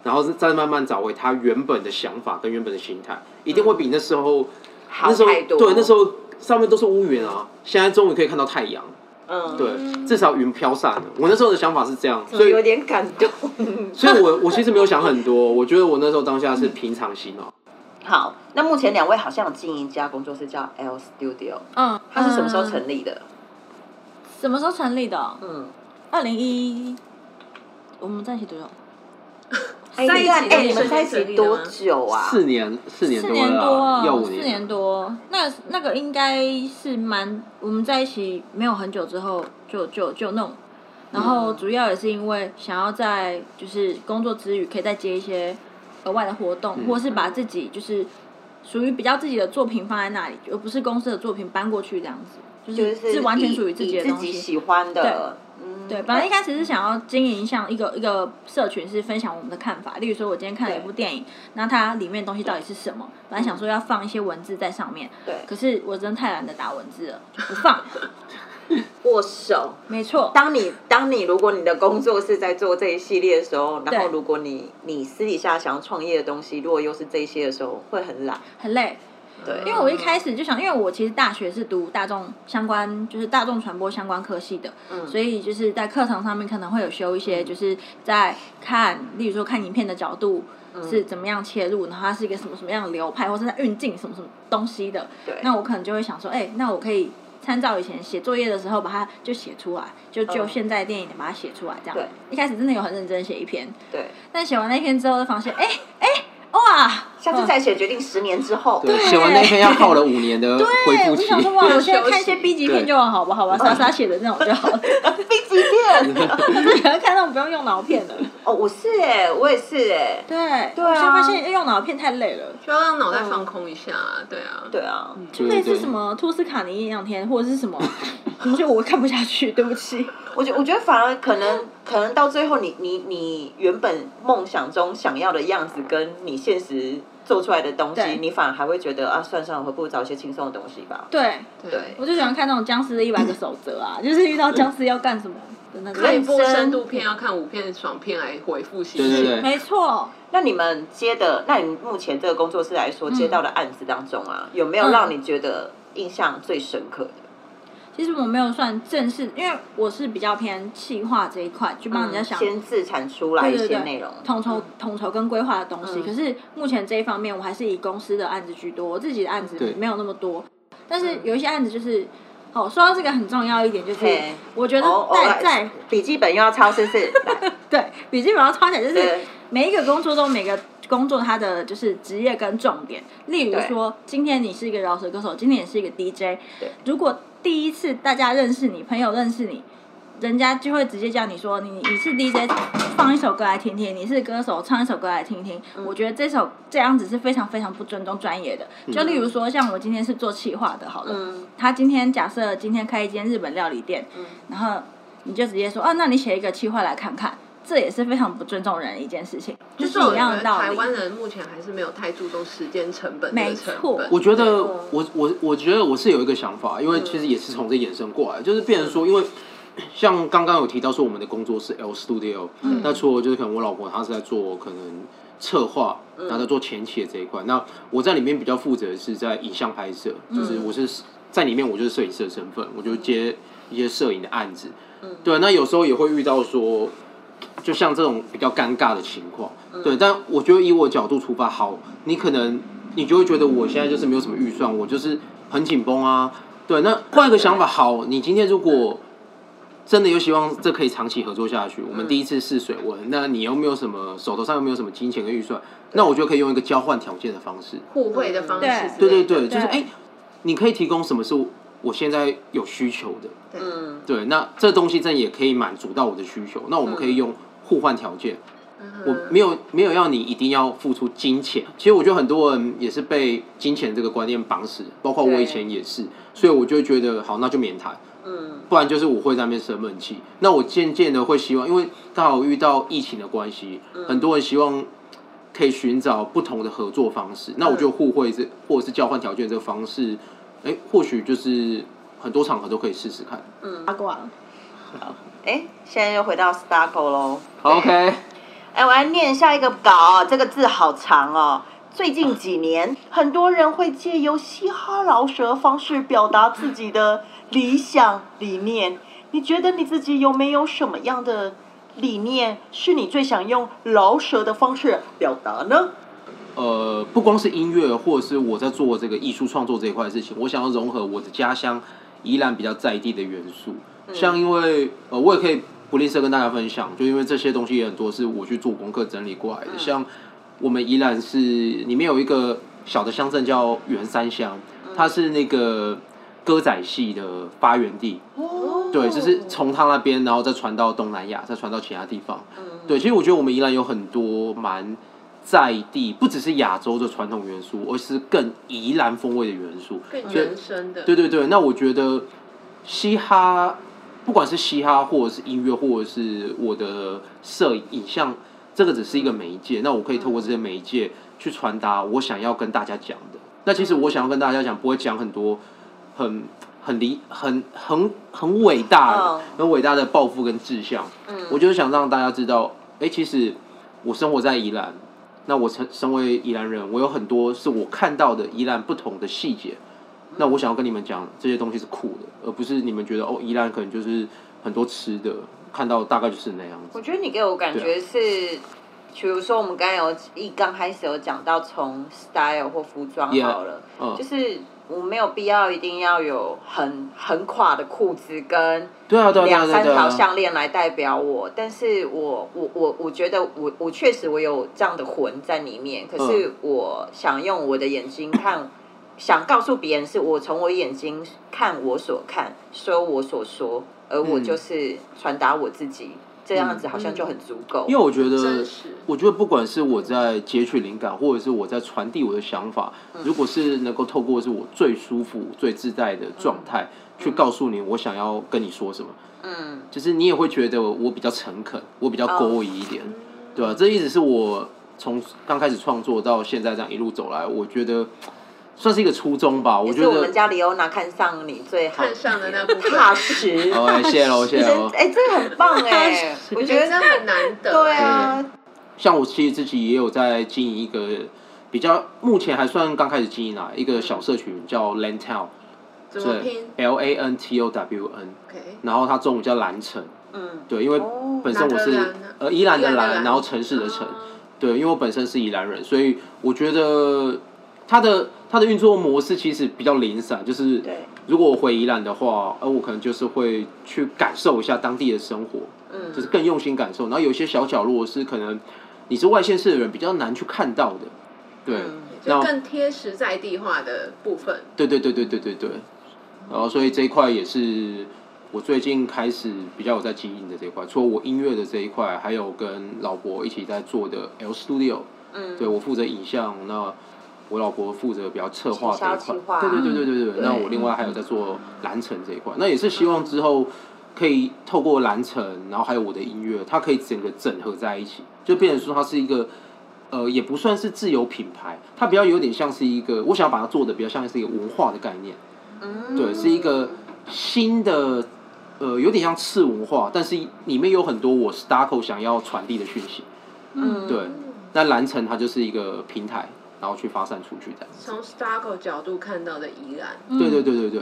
A: 然后是再慢慢找回他原本的想法跟原本的心态，一定会比那时候、
C: 好
A: 那时候
C: 太多。
A: 对那时候上面都是乌云啊，现在终于可以看到太阳，
C: 嗯，
A: 对，至少云飘散了。我那时候的想法是这样，所以
C: 有点感动。
A: 所以我我其实没有想很多，我觉得我那时候当下是平常心哦、
C: 好，那目前两位好像有经营一家工作室叫 L Studio，
D: 嗯，
C: 它是什么时候
D: 嗯
C: 成立的？
D: 什么时候成立的？哦
C: 嗯，
D: 二零一，我们在一起多久？
C: 哎，
B: 在一
C: 你
B: 起
C: 看，
B: 的
C: 哎，你们
B: 时间
C: 在一
B: 成
C: 起
B: 立的
C: 多
B: 吗
C: 久啊？
A: 四年四年
D: 嗯四
A: 多
D: 年
A: 了
D: 多
A: 啊，，要五
D: 四
A: 年
D: 年多。那那个应该是蛮，我们在一起没有很久之后就就就弄，然后
A: 嗯
D: 主要也是因为想要在就是工作之余可以再接一些额外的活动，
A: 嗯
D: 或是把自己就是属于比较自己的作品放在那里，而不是公司的作品搬过去这样子，就
C: 就是
D: 是完全属于
C: 自
D: 自己的
C: 自
D: 东
C: 己
D: 西。
C: 喜欢的，嗯，
D: 对，本来一开始是想要经营像一个一个社群，是分享我们的看法。例如说，我今天看了一部电影，那它里面的东西到底是什么？本来想说要放一些文字在上面，
C: 对
D: 可是我真的太懒得打文字了，不放。
C: 握手。
D: 没错，
C: 当你当你如果你的工作是在做这一系列的时候，然后
D: 对
C: 如果你你私底下想要创业的东西，如果又是这一些的时候，会很懒。
D: 很累。
C: 对，
D: 因为我一开始就想，因为我其实大学是读大众相关，就是大众传播相关科系的，
C: 嗯
D: 所以就是在课堂上面可能会有修一些，就是在看，例如说看影片的角度
C: 嗯
D: 是怎么样切入，然后它是一个什么什么样的流派，或是它运镜什么什么东西的。
C: 对
D: 那我可能就会想说，哎、那我可以参照以前写作业的时候，把它就写出来，就就
C: 嗯
D: 现在的电影把它写出来，这样。
C: 对
D: 一开始真的有很认真写一篇，
C: 对，
D: 但写完那一篇之后，就发现，哎、哎、哇！
C: 下次再写决定，十年之后。
A: 对，写完那篇要耗了五年的恢
D: 对，
A: 复
D: 我就
A: 期。
D: 想说，哇，我现在看一
B: 休
D: 些
B: 息
D: B 级片就好，好 不好吧？傻傻写的那种就好了。
C: 第几遍？
D: 我最喜欢看那种不用用脑片的。
C: 哦，我是哎，我也是哎。
D: 对，
C: 对啊
D: 我现在发现用脑片太累了。
B: 需要让脑袋放空一下啊，对啊，
C: 对啊，
A: 对
D: 类
A: 对
D: 似什么托斯卡尼艳阳天，或者是 什么东西，我看不下去，对不起。
C: 我觉我觉得反而可能可能到最后你，你你原本梦想中想要的样子，跟你现实做出来的东西
D: 对，
C: 你反而还会觉得啊，算了算了，我不如找一些轻松的东西吧。
D: 对，
B: 对，
D: 我就喜欢看那种僵尸的一百个守则啊， 就是遇到僵尸要干什么的那
B: 看一
D: 种。
B: 部深度片要看五片爽片来回复心
A: 对对对，
B: 情。
D: 没错，
C: 那你们接的，那你们目前这个工作室来
D: 嗯
C: 说，接到的案子当中啊，有没有让你觉得印象最深刻的？
D: 其实我没有算正式，因为我是比较偏企划这一块，去帮人家想
C: 先自产出来一
D: 对
C: 些
D: 对
C: 内容，哦嗯
D: 统筹统筹跟规划的东西。可是目前这一方面，我还是以公司的案子居多，我自己的案子
A: 对
D: 没有那么多。但
C: 嗯
D: 是有一些案子就是，哦，说到这个很重要一点，就是
C: 嘿
D: 我觉
C: 哦
D: 得
C: 哦
D: 在
C: 来
D: 在
C: 笔记本又要抄，是不 是？来
D: 对笔记本上抄起来，就是
C: 对
D: 每一个工作都有每个。工作它的就是职业跟重点，例如
C: 对
D: 说，今天你是一个饶舌歌手，今天也是一个 DJ
C: 对。
D: 如果第一次大家认识你，朋友认识你，人家就会直接叫你说你你是 DJ，放一首歌来听听；你是歌手，唱一首歌来听听。
C: 嗯
D: 我觉得这首这样子是非常非常不尊重专业的。就例如说，像我今天是做企划的，好了，
C: 嗯
D: 他今天假设今天开一间日本料理店，
B: 嗯
D: 然后你就直接说，哦、那你写一个企划来看看，这也是非常不尊重人的一件事情，就
B: 就是是我
D: 一
B: 觉
D: 样
B: 得
D: 的道
B: 台湾
D: 理。
B: 人目前还是没有太注重时间成本这个成
D: 没
B: 本，
A: 我觉得
D: 嗯
C: 对
A: 我我我觉得我是有一个想法，因为其实也是从这衍生过来，就是变成说，因为像刚刚有提到说我们的工作是 L Studio，、那
D: 嗯
A: 除了就是可能我老婆她是在做可能策划，然后在做前期的这一块，那我在里面比较负责的是在影像拍摄，就是我是在里面我就是摄影师的身份，我就接一些摄影的案子，对，那有时候也会遇到说。就像这种比较尴尬的情况，对。但我觉得以我角度出发，好，你可能你就会觉得我现在就是没有什么预算，我就是很紧绷啊。对，那换一个想法，好，你今天如果真的有希望这可以长期合作下去，我们第一次试水温，那你又没有什么手头上又没有什么金钱跟预算，那我觉得可以用一个交换条件的方式，
B: 互惠的方式之类的。
A: 对对对，就是
D: 对
A: 哎、你可以提供什么是我我现在有需求的，
C: 嗯，
A: 对，那这东西真的也可以满足到我的需求，那我们可以用互换条件。我没有没有要你一定要付出金钱，其实我觉得很多人也是被金钱这个观念绑死，包括我
C: 对
A: 以前也是，所以我就会觉得好，那就免谈，嗯，不然就是我会在那边生闷气。那我渐渐的会希望，因为刚好遇到疫情的关系，很多人希望可以寻找不同的合作方式，那我就互惠这或者是交换条件这个方式，哎、或许就是很多场合都可以试试看。
D: 八卦了，
C: 哎，现在又回到 Starco 喽。
A: 好 OK，
C: 哎，我来念下一个稿、这个字好长哦。最近几年，很多人会借由嘻哈饶舌方式表达自己的理想理念。你觉得你自己有没有什么样的理念，是你最想用饶舌的方式表达呢？
A: 呃，不光是音乐，或者是我在做这个艺术创作这一块的事情，我想要融合我的家乡宜兰比较在地的元素，像因为呃，我也可以不吝啬跟大家分享，就因为这些东西也很多是我去做功课整理过来的，像我们宜兰是里面有一个小的乡镇叫圆山乡，它是那个歌仔戏的发源地，
C: 哦，
A: 对，就是从他那边，然后再传到东南亚，再传到其他地方。对，其实我觉得我们宜兰有很多蛮在地，不只是亚洲的传统元素，而是更宜兰风味的元素。
B: 更原生的。
A: 对对对，那我觉得嘻哈不管是嘻哈，或者是音乐，或者是我的摄影影像，这个只是一个媒介。那我可以透过这些媒介去传达我想要跟大家讲的。那其实我想要跟大家讲，不会讲很多很很离很很很伟大的
C: 嗯、
A: 很伟大的抱负跟志向。我就是想让大家知道，哎、其实我生活在宜兰，那我成身为宜兰人，我有很多是我看到的宜兰不同的细节。那我想要跟你们讲，这些东西是酷的，而不是你们觉得哦，宜兰可能就是很多吃的，看到大概就是那样子
C: 我。觉得你给我感
A: 啊
C: 觉是，比如说我们刚才有一刚开始有讲到从 style 或服装
A: Yeah，
C: 好了
A: 嗯
C: 就是我没有必要一定要有很很垮的裤子跟
A: 对啊，对啊，对啊，
C: 两
A: 对啊
C: 三
A: 对
C: 条
A: 啊。
C: 项链来代表我，但是我我我我觉得我我确实我有这样的魂在里面，可是我想用我的眼睛看，想告诉别人是我从我眼睛看我所看，说我所说，而我就是传达我自己，这样子好像就很足够。
A: 因为我觉得
B: 真实，
A: 我觉得不管是我在截取灵感，或者是我在传递我的想法，
C: 嗯
A: 如果是能够透过是我最舒服、最自在的状态，去告诉你我想要跟你说什么，
C: 嗯，
A: 就是你也会觉得我比较诚恳，我比较勾引一点，对吧、这一直是我从刚开始创作到现在这样一路走来，我觉得算是一个初衷吧。我
C: 也
A: 觉
C: 是我们
A: 得，
C: 家李欧娜看上你最好
B: 看上的那部分，
C: 踏实，
A: 哦，谢谢喽，谢谢喽
C: 真。哎，这个很 棒哎，我
B: 我
C: 觉
B: 觉得这
C: 得
B: 很难得。
C: 对啊，
A: 像我其实自己也有在经营一个比较，目前还算刚开始经营啊，一个小社群叫 Land Town，
B: 怎么
A: 对
B: 拼
A: ，L A N T O W N，
B: ？OK，
A: 然后它中文叫蓝城，
C: 嗯，
A: 对，因为
C: 哦
A: 本身我
B: 哪
A: 是
B: 个蓝呢
A: 呃宜兰的
B: 宜兰的
A: 蓝，
B: 蓝
A: 然后城市的城，
B: 哦
A: 对，因为我本身是宜兰人，所以我觉得它的它的运作模式其实比较零散，就是
C: 对，
A: 如果我回宜兰的话，呃，我可能就是会去感受一下当地的生活，
C: 嗯
A: 就是更用心感受。然后有一些小角落是可能你是外县市的人比较难去看到的，对，
C: 嗯
A: 那
B: 就更贴实在地化的部分。
A: 对对对对对对对。然后所以这一块也是我最近开始比较有在经营的这一块，除了我音乐的这一块，还有跟老婆一起在做的 L Studio，
C: 嗯
A: 对我负责影像，那我老婆负责比较策划这
C: 行销
A: 一块
C: 计划，
A: 对对对对对对。
C: 对
A: 那我另外还有在做蓝城这一块，那也是希望之后可以透过蓝城，然后还有我的音乐，它可以整个整合在一起，就变成说它是一个。呃，也不算是自有品牌，它比较有点像是一个，我想要把它做的比较像是一个文化的概念，
C: 嗯
A: 对，是一个新的，呃，有点像次文化，但是里面有很多我 Starco 想要传递的讯息，
C: 嗯
A: 对，那蓝城它就是一个平台，然后去发散出去这样。
B: 从 Stargo 角度看到的宜兰，
D: 嗯
C: 嗯
A: 对对对对对，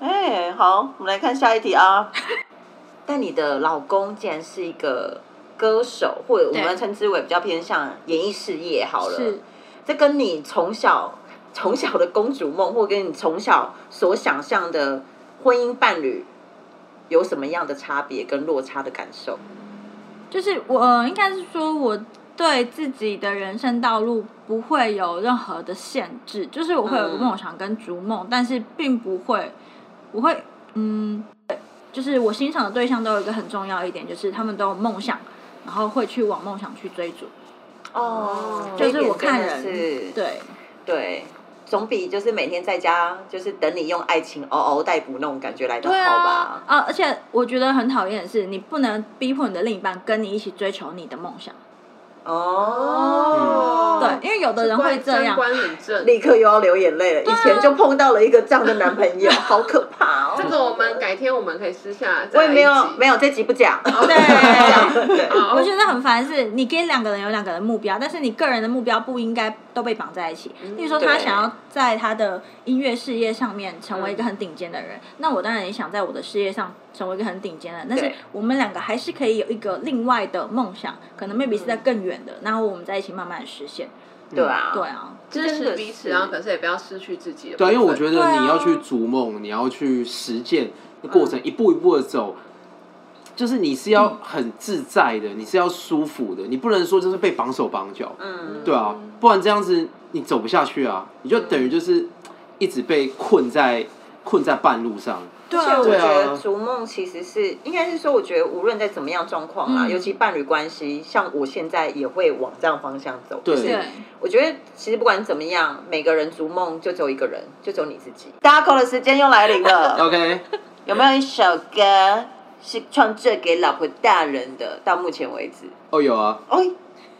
C: 哎，好，我们来看下一题啊。 但你的老公竟然是一个歌手，或者我们
D: 对
C: 称之为比较偏向演艺事业好了。
D: 是，
C: 这跟你从小从小的公主梦，或跟你从小所想象的婚姻伴侣，有什么样的差别跟落差的感受？
D: 就是我、呃、应该是说我对自己的人生道路不会有任何的限制，就是我会有个
C: 嗯
D: 梦想跟逐梦，但是并不会，我会嗯，对就是我欣赏的对象都有一个很重要一点，就是他们都有梦想，然后会去往梦想去追逐。
C: 哦
B: 就是
C: 这一点
D: 我看
C: 真的
D: 人
C: 是
D: 对，
C: 对，总比就是每天在家就是等你用爱情嗷嗷待哺那种感觉来的
D: 对
C: 好
D: 啊
C: 吧？，
D: 啊，而且我觉得很讨厌的是，你不能逼迫你的另一半跟你一起追求你的梦想。
C: 哦，
D: 对，因为有的人会这
B: 三
D: 样，
B: 观很正。
C: 立刻又要流眼泪了。以前就碰到了一个这样的男朋友，好可怕
B: 这
C: 哦！
B: 个我们改天我们可以私下再
C: 我也没有
B: 一哦起嗯
C: 没有这集不讲。
D: 哦
C: 啊
D: 对
C: 哦
B: 好
D: 我觉得很烦，是你跟两个人有两个人的目标，但是你个人的目标不应该都被绑在一起。例如说，他
C: 嗯对
D: 想要在他的音乐事业上面成为一个
C: 嗯
D: 很顶尖的人，那我当然也想在我的事业上成为一个很顶尖的人。但是
C: 对
D: 我们两个还是可以有一个另外的梦想，可能 maybe 是
C: 嗯
D: 在更远的，然后我们在一起慢慢地实现。
C: 对啊，
D: 对啊，
B: 支
C: 真的
B: 持彼
C: 是
B: 此，然后可是也不要失去自己的部分。
A: 对，因为我觉
D: 对
A: 得
D: 啊
A: 你要去逐梦，你要去实践的过程，一步一步的走，就是你是要很自在的，你是要舒服的，你不能说就是被绑手绑脚，
C: 嗯，
A: 对啊，不然这样子你走不下去啊，你就等于就是一直被困在困在半路上，
D: 对
C: 而且我
A: 对
C: 觉
A: 啊
C: 得逐梦其实是，应该是说，我觉得无论在怎么样状况啦，
D: 嗯
C: 尤其伴侣关系，像我现在也会往这样方向走。
A: 对
C: 就是
D: 对，
C: 我觉得其实不管怎么样，每个人逐梦就只有一个 人，就只有你自己。大家扣的时间又来临了，
A: OK，
C: 有没有一首歌是创作给老婆大人的，到目前为止，
A: 哦，有啊，
C: 哦，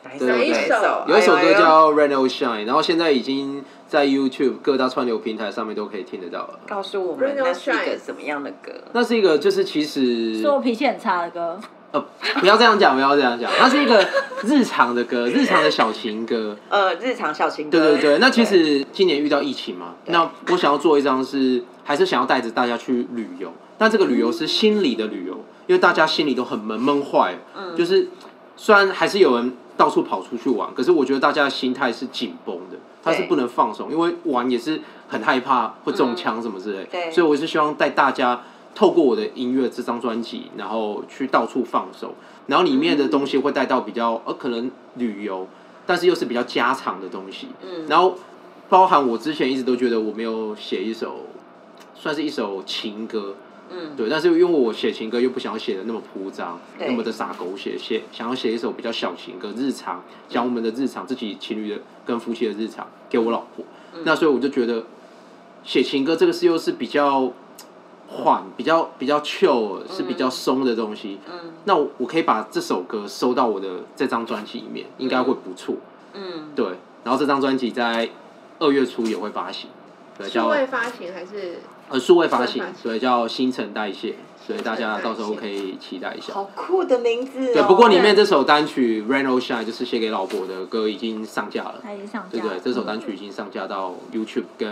A: 对对对
B: 哪一首
A: 有一首
C: 哎呦
A: 歌
C: 哎呦
A: 叫《Rain or Shine》，然后现在已经在 YouTube 各大串流平台上面都可以听得到了。
C: 告诉我们
B: Bruno
C: 那是一个
B: Shine
C: 什么样的歌？
A: 那是一个，就是其实
D: 是我脾气很差的歌，
A: 呃，不要这样讲，不要这样讲，它是一个日常的歌，日常的小情歌。
C: 呃，日常小情歌。
A: 对对对，那其实今年遇到疫情嘛，那我想要做一张是，还是想要带着大家去旅游，但这个
C: 嗯
A: 旅游是心理的旅游，因为大家心里都很闷闷坏了，
C: 嗯
A: 就是虽然还是有人到处跑出去玩，可是我觉得大家的心态是紧绷的，他是
C: 对嗯
A: 不能放松，因为玩也是很害怕会中枪什么之类，
C: 对
A: 所以我是希望带大家透过我的音乐这张专辑，然后去到处放手，然后里面
C: 嗯
A: 的东西会带到比较呃可能旅游，但是又是比较家常的东西，
C: 嗯
A: 然后包含我之前一直都觉得我没有写一首，算是一首情歌，
C: 嗯，
A: 对，但是因为我写情歌又不想要写的那么铺张，
C: 对
A: 那么的洒狗血，写想要写一首比较小情歌，日常讲我们的日常，自己情侣的跟夫妻的日常给我老婆。
C: 嗯
A: 那所以我就觉得写情歌这个是又是比较缓、比较比较 chill，是比较松的东西。
C: 嗯
A: 那我我可以把这首歌收到我的这张专辑里面，应该会不错。
C: 嗯，
A: 对，然后这张专辑在二月初也会发行，对，
B: 数
A: 叫
B: 位发行还是
A: 呃，数位发行
B: 数位发，行
A: 对，叫新陈代谢，所以大家
B: 新陈代谢
A: 到时候可以期待一下。
C: 好酷的名字哦。
A: 对，不过里面
B: 对
A: 这首单曲《Rain or Shine》就是写给老婆的歌已经上架了，
D: 他已经上
A: 对
D: 架
A: 不
D: 了
A: 对？。这首单曲已经上架到 YouTube 跟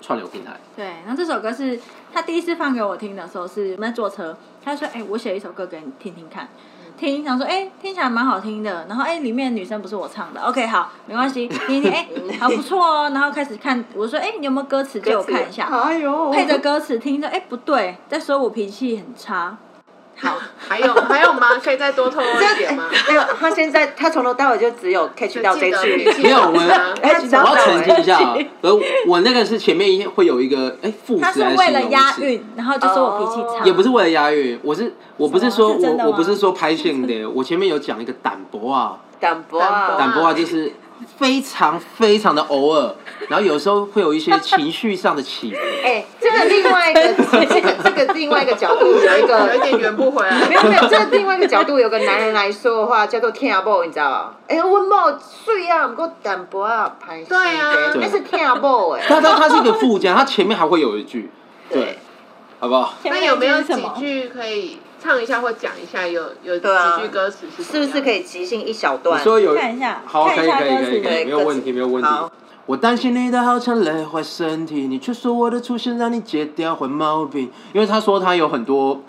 A: 串流平台。
D: 对，然后这首歌是他第一次放给我听的时候是我们在坐车，他就说：“哎、我写一首歌给你听听看。”听，想说，哎、听起来蛮好听的。然后，哎、里面女生不是我唱的，OK，好，没 关系，听一听，哎、好不错哦。然后开始看，我说，哎、你有没有歌词借我看一下？
C: 哎呦，
D: 配着歌词听着，哎、不对，在说我脾气很差。好，
B: 还有还有吗？可以再多透露一 点吗？
C: 没有，他现在他从头到尾就只有 catch 到这
B: 就记得
C: 句。
A: 没有，我
B: 他
A: 我
C: 哎，
A: 要澄清一下啊
D: 对不起，
A: 而我那个是前面会有一个哎副词
D: 他
A: 还
D: 是
A: 是
D: 为了押
A: 形容词，
D: 韵，然后就说我脾气
C: 哦
D: 差，
A: 也不是为了押韵，我是我不是
D: 什么
A: 说
D: 是真的
A: 我我不
D: 吗
A: 是说拍线 的，我前面有讲一个胆薄啊，
C: 淡薄啊，
A: 胆薄啊， 就是非常非常的偶尔，然后有时候会有一些情绪上的起 伏。
C: 哎，这个另外一个，这个这个另外一个角度有 一
B: 有一
C: 个。
B: 点圆不回
C: 没
B: 来。
C: 有没有，这个另外一个角度，有个男人来说的话，叫做听某，你知道吧？哎、我某水啊，不过淡薄啊，拍戏
B: 对啊
C: 那是听某哎、
A: 它它它是一个附加，它前面还会有一句，对，好不好？
D: 前
B: 那
D: 面
B: 有没有
D: 是什
B: 几
D: 么
B: 句可以唱一下或讲一下？有有
C: 对啊
B: 几句歌词 是
C: 是不是可
B: 以？
C: 以即兴一小
A: 你
C: 段？
A: 说有
D: 看一下
A: 好，可
D: 看一
A: 以
D: 下
A: 可以
D: 歌
A: 可以
D: 词
A: 可以，
C: 对
A: 没有问题没有问题
C: 好。
A: 我担心你的好强累坏身体，你却说我的出现让你戒掉坏毛病，因为他说他有很多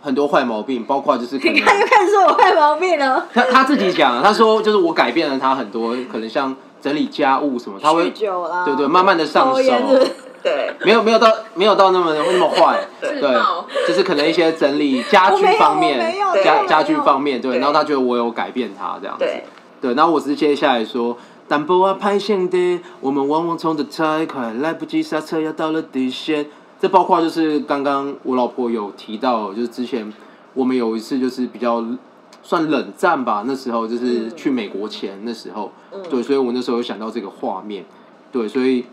A: 很多坏毛病，包括就是可
D: 你
A: 能
D: 看就看出我坏毛病了。
A: 他他自己讲，啊他说就是我改变了他很多，可能像整理家务什么，他会
D: 酗酒啦，
A: 对对慢慢地上
D: 抽烟
A: 手
D: 是不是
C: 对，
A: 没有没有到没有到那么那么 坏，
B: 自
A: 对
B: 爆，
A: 就是可能一些整理家
D: 我
A: 居
D: 没有
A: 方
D: 我没
A: 面
D: 有，
A: 家
C: 对
A: 家居方面，对，
C: 对
A: 然后他觉得我有改变他这样子，
C: 对
A: 对，然后我直接下来说。淡薄啊，拍线的，我们往往冲得太快，来不及刹车，要到了底线。这包括就是刚刚我老婆有提到，就是之前我们有一次就是比较算冷战吧，那时候就是去美国前那时候，对，所以我那时候有想到这个画面，对，所以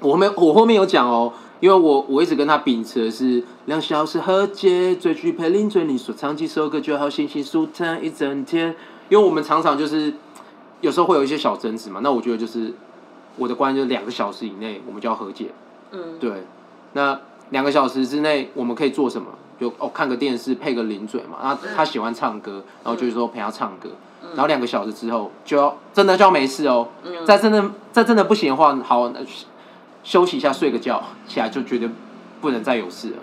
A: 我后面我后面有讲哦，因为我我一直跟他秉持的是两小时和解，追剧配零嘴，你所唱几首歌就好，心情舒坦一整天。因为我们常常就是有时候会有一些小争执嘛，那我觉得就是我的观念就是两个小时以内我们就要和解，
C: 嗯，
A: 对，那两个小时之内我们可以做什么？就哦看个电视配个零嘴嘛，那他喜欢唱歌，然后就是说陪他唱歌，然后两个小时之后就要真的就要没事哦，再真的再真的不行的话，好那休休息一下睡个觉，起来就绝对不能再有事了，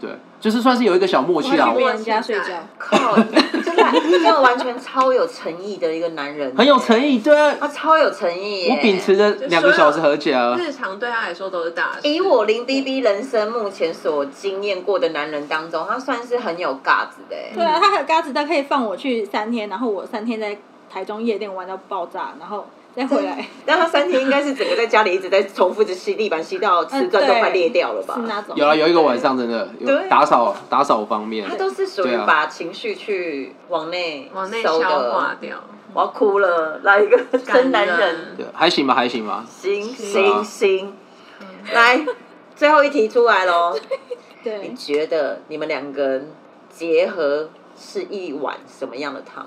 A: 对，就是算是有一个小默
D: 我
A: 契
D: 会
A: 啦
D: 去，别
A: 我
D: 人家睡觉。
C: 靠，真的，你有完全超有诚意的一个男人，
A: 很有诚
C: 意，
A: 意，对啊，
C: 他超有诚意、
A: 我秉持。着两个小时和解啊，
B: 日常对他来说都是大事。
C: 以我零 B B 人生目前所经验过的男人当中，他算是很有 g 子的、欸。
D: 对
E: 嗯
D: 啊，他还有嘎子，他可以放我去三天，然后我三天在台中夜店玩到爆炸，然后再回来，
C: 但他三天应该是整个在家里一直在重复着吸地板，吸到瓷砖都快裂掉了吧？
D: 是
B: 嗯
D: 那种。
A: 有啊，有一个晚上真的有
C: 对
A: 打扫打扫方面，
C: 他都是属于
A: 对啊
C: 把情绪去往内
B: 往内
C: 收
B: 消
C: 的
B: 化掉。啊
C: 我要哭了，来一个真男
B: 感
C: 人，
A: 对，还行吧，还行吧。
C: 行
A: 对啊
C: 行行，
B: 嗯
C: 来最后一题出来喽。
D: 对
C: 你，觉得你们两个人
E: 结合是一碗什么样的汤？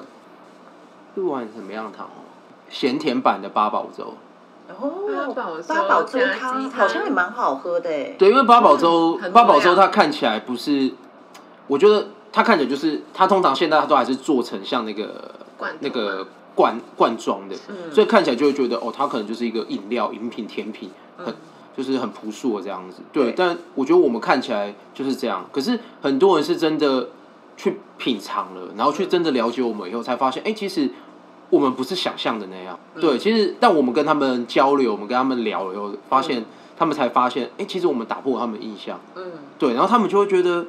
A: 一碗什么样的汤哦？咸甜版的八宝粥。
B: 八
E: 哦
B: 宝粥
E: 八宝粥
B: 加鸡
E: 汤
B: 汤
E: 好像也蛮好喝的
C: 欸
E: 诶。
A: 对，因为八宝粥
B: 嗯，很多
A: 八宝粥
B: 呀
A: 它看起来不是，我觉得它看起来就是它通常现在它都还是做成像那个
B: 罐头嗯
A: 那个罐罐装的，所以看起来就会觉得哦，它可能就是一个饮料、饮品、甜品，
B: 嗯
A: 很、就是很朴素的这样子。对，
E: 对
A: 但我觉得我们看起来就是这样，可是很多人是真的去品尝了，然后去真的了解我们以后，才发现哎、其实。我们不是想象的那样，
B: 嗯
A: 对，其实但我们跟他们交流，我们跟他们聊了以后，发现、他们才发现，哎、其实我们打破他们的印象，
E: 嗯，
A: 对，然后他们就会觉得，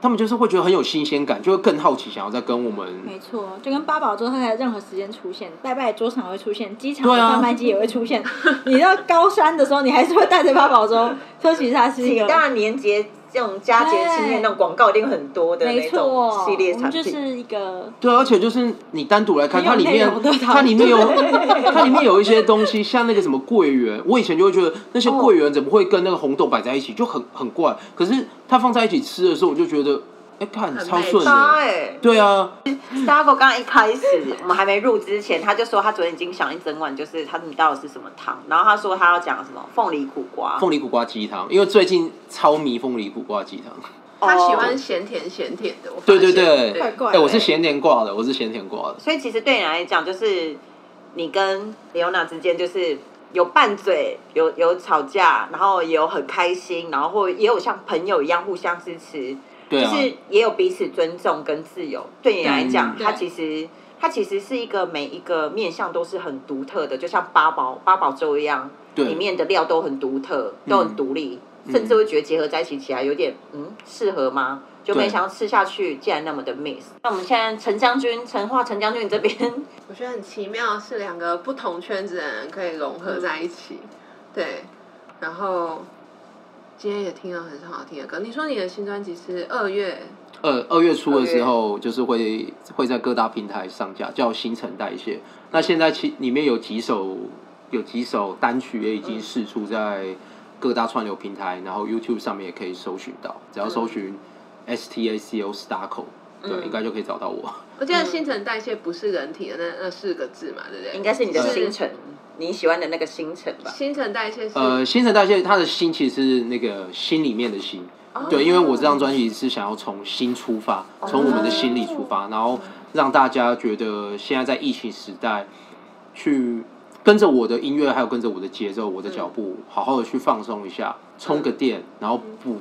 A: 他们就是会觉得很有新鲜感，就会更好奇，想要再跟我们，
D: 没错，就跟八宝粥，它在任何时间出现，拜拜桌上也会出现，机场
A: 对
D: 的
A: 啊
D: 贩卖机也会出现。 你到高山的时候，你还是会带着八宝粥，所以其实它是一个
E: 当然年节这种佳节庆典那种广告一定很多的
D: 没
E: 那
D: 错，
E: 种系列
D: 我
E: 产
D: 们就
E: 品。
D: 是一个
A: 对，啊而且就是你单独来看，
D: 很有
A: 它里面
D: 内容的讨论
A: 它里面有 它里面有一些东西，像那个什么桂圆，我以前就会觉得那
D: 哦
A: 些桂圆怎么会跟那个红豆摆在一起，就很很怪，可是它放在一起吃的时候，我就觉得，哎、看
B: 很
A: 超
B: 美
A: 顺
E: 搭
A: 的，
E: 哎，
A: 对啊，
C: Stargo 刚刚一开始，我们还没入之前，他就说他昨天已经想一整晚，就是他你到底是什么汤，然后他说他要讲什么凤梨苦瓜，
A: 凤梨苦瓜鸡汤，因为最近超迷凤梨苦瓜鸡汤，
B: 他喜
C: 哦
B: 欢咸甜咸甜的，我发
A: 对对
B: 现
A: 对，
D: 怪怪欸
A: 哎、
D: 的
A: 我是咸甜挂的，我是咸甜挂的。
C: 所以其实对你来讲，就是你跟 Leona 之间就是有拌嘴，有有吵架，然后也有很开心，然后或也有像朋友一样互相支持，
A: 对
C: 就
A: 啊，
C: 是也有彼此尊重跟自由。对你来
A: 嗯
C: 讲，
B: 对
C: 它其实它其实是一个每一个面向都是很独特的，就像八宝八宝粥一样，
A: 对
C: 里面的料都很独特，
A: 嗯
C: 都很独立，甚至会觉得结合在一起起来有点嗯适合吗？就没
A: 对
C: 想到吃下去竟然那么的 miss。那我们现在陈将军、陈化、陈将军你 这边
B: 我觉得很奇妙，是两个不同圈子的人可以融合在一起。
C: 嗯
B: 对，然后今天也听到很好听的歌。你说你的新专辑是二月，
A: 呃，二月初的时候，就是会会在各大平台上架，叫《新陈代谢》。那现在其里面有几首有几首单曲也已经试出在各大串流平台，然后 YouTube 上面也可以搜寻到，只要搜寻 S T A C O Starco，对，应该就可以找到我。
B: 我记得新陈代谢不是人体的那那四个字嘛，对不对？
C: 嗯应该是你的
B: 是
C: 星辰，你喜欢的那个星辰吧？
B: 新陈代谢是、
A: 呃，新陈代谢，它的心其实是那个心里面的心，
B: 哦
A: 对，因为我这张专辑是想要从心出发，从我们的心里出发，然后让大家觉得现在在疫情时代，去跟着我的音乐，还有跟着我的节奏，我的脚步，好好的去放松一下，充个电，然后补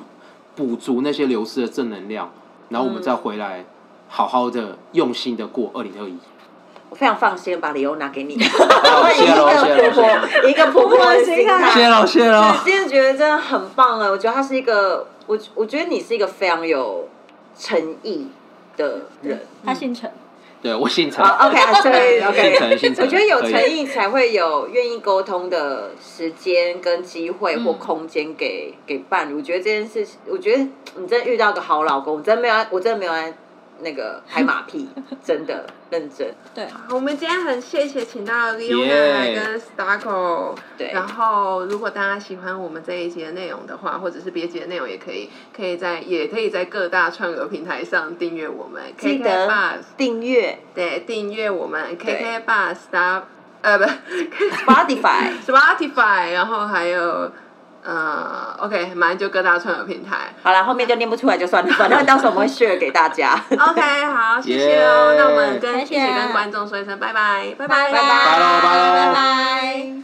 A: 补足那些流失的正能量，然后我们再回来，好好的用心的过二零二一。
C: 我非常放心把礼物拿给你，
A: 好谢喽谢喽
C: 一
A: 谢
C: 个婆
A: 喽
C: 婆，一个婆婆的心态，
A: 谢哦喽谢喽
C: 我，真的觉得真的很棒啊了。我觉得他是一个，我我觉得你是一个非常有诚意的人。
D: 它姓陈，
A: 对我姓陈，
C: 好啊 ，OK，sorry，OK、o
A: 姓
C: k
A: 陈姓陈，
C: 我觉得有诚
A: 可以
C: 意才会有愿意沟通的时间跟机会或空间给、给伴侣。我觉得这件事情，我觉得你真的遇到个好老公，我真的没有在，我真的没有在那个拍马屁，真的认真。
D: 对，
B: 我们今天很谢谢请到 l e o
A: Yeah
B: 跟 Starco，
C: 对
B: 然后如果大家喜欢我们这一集的内容的话，或者是别集的内容，也可以可以在也可以在各大串流平台上订阅我们
C: 记
B: ，KK
C: 得
B: Bus
C: 订阅
B: 对订阅我们
C: 对
B: KK Bus Star 呃不
C: Spotify，
B: Spotify，然后还有呃 OK，马上就各大串流平台。
C: 好了，后面就念不出来就算了，反正到时候我们会 share 给大 家。
B: OK，好，谢谢哦。
A: Yeah
B: 那我们跟
D: 谢
B: 一
D: 谢
B: 起跟观众说一声拜拜，拜拜，
D: 拜
A: 拜喽拜喽。
D: 拜。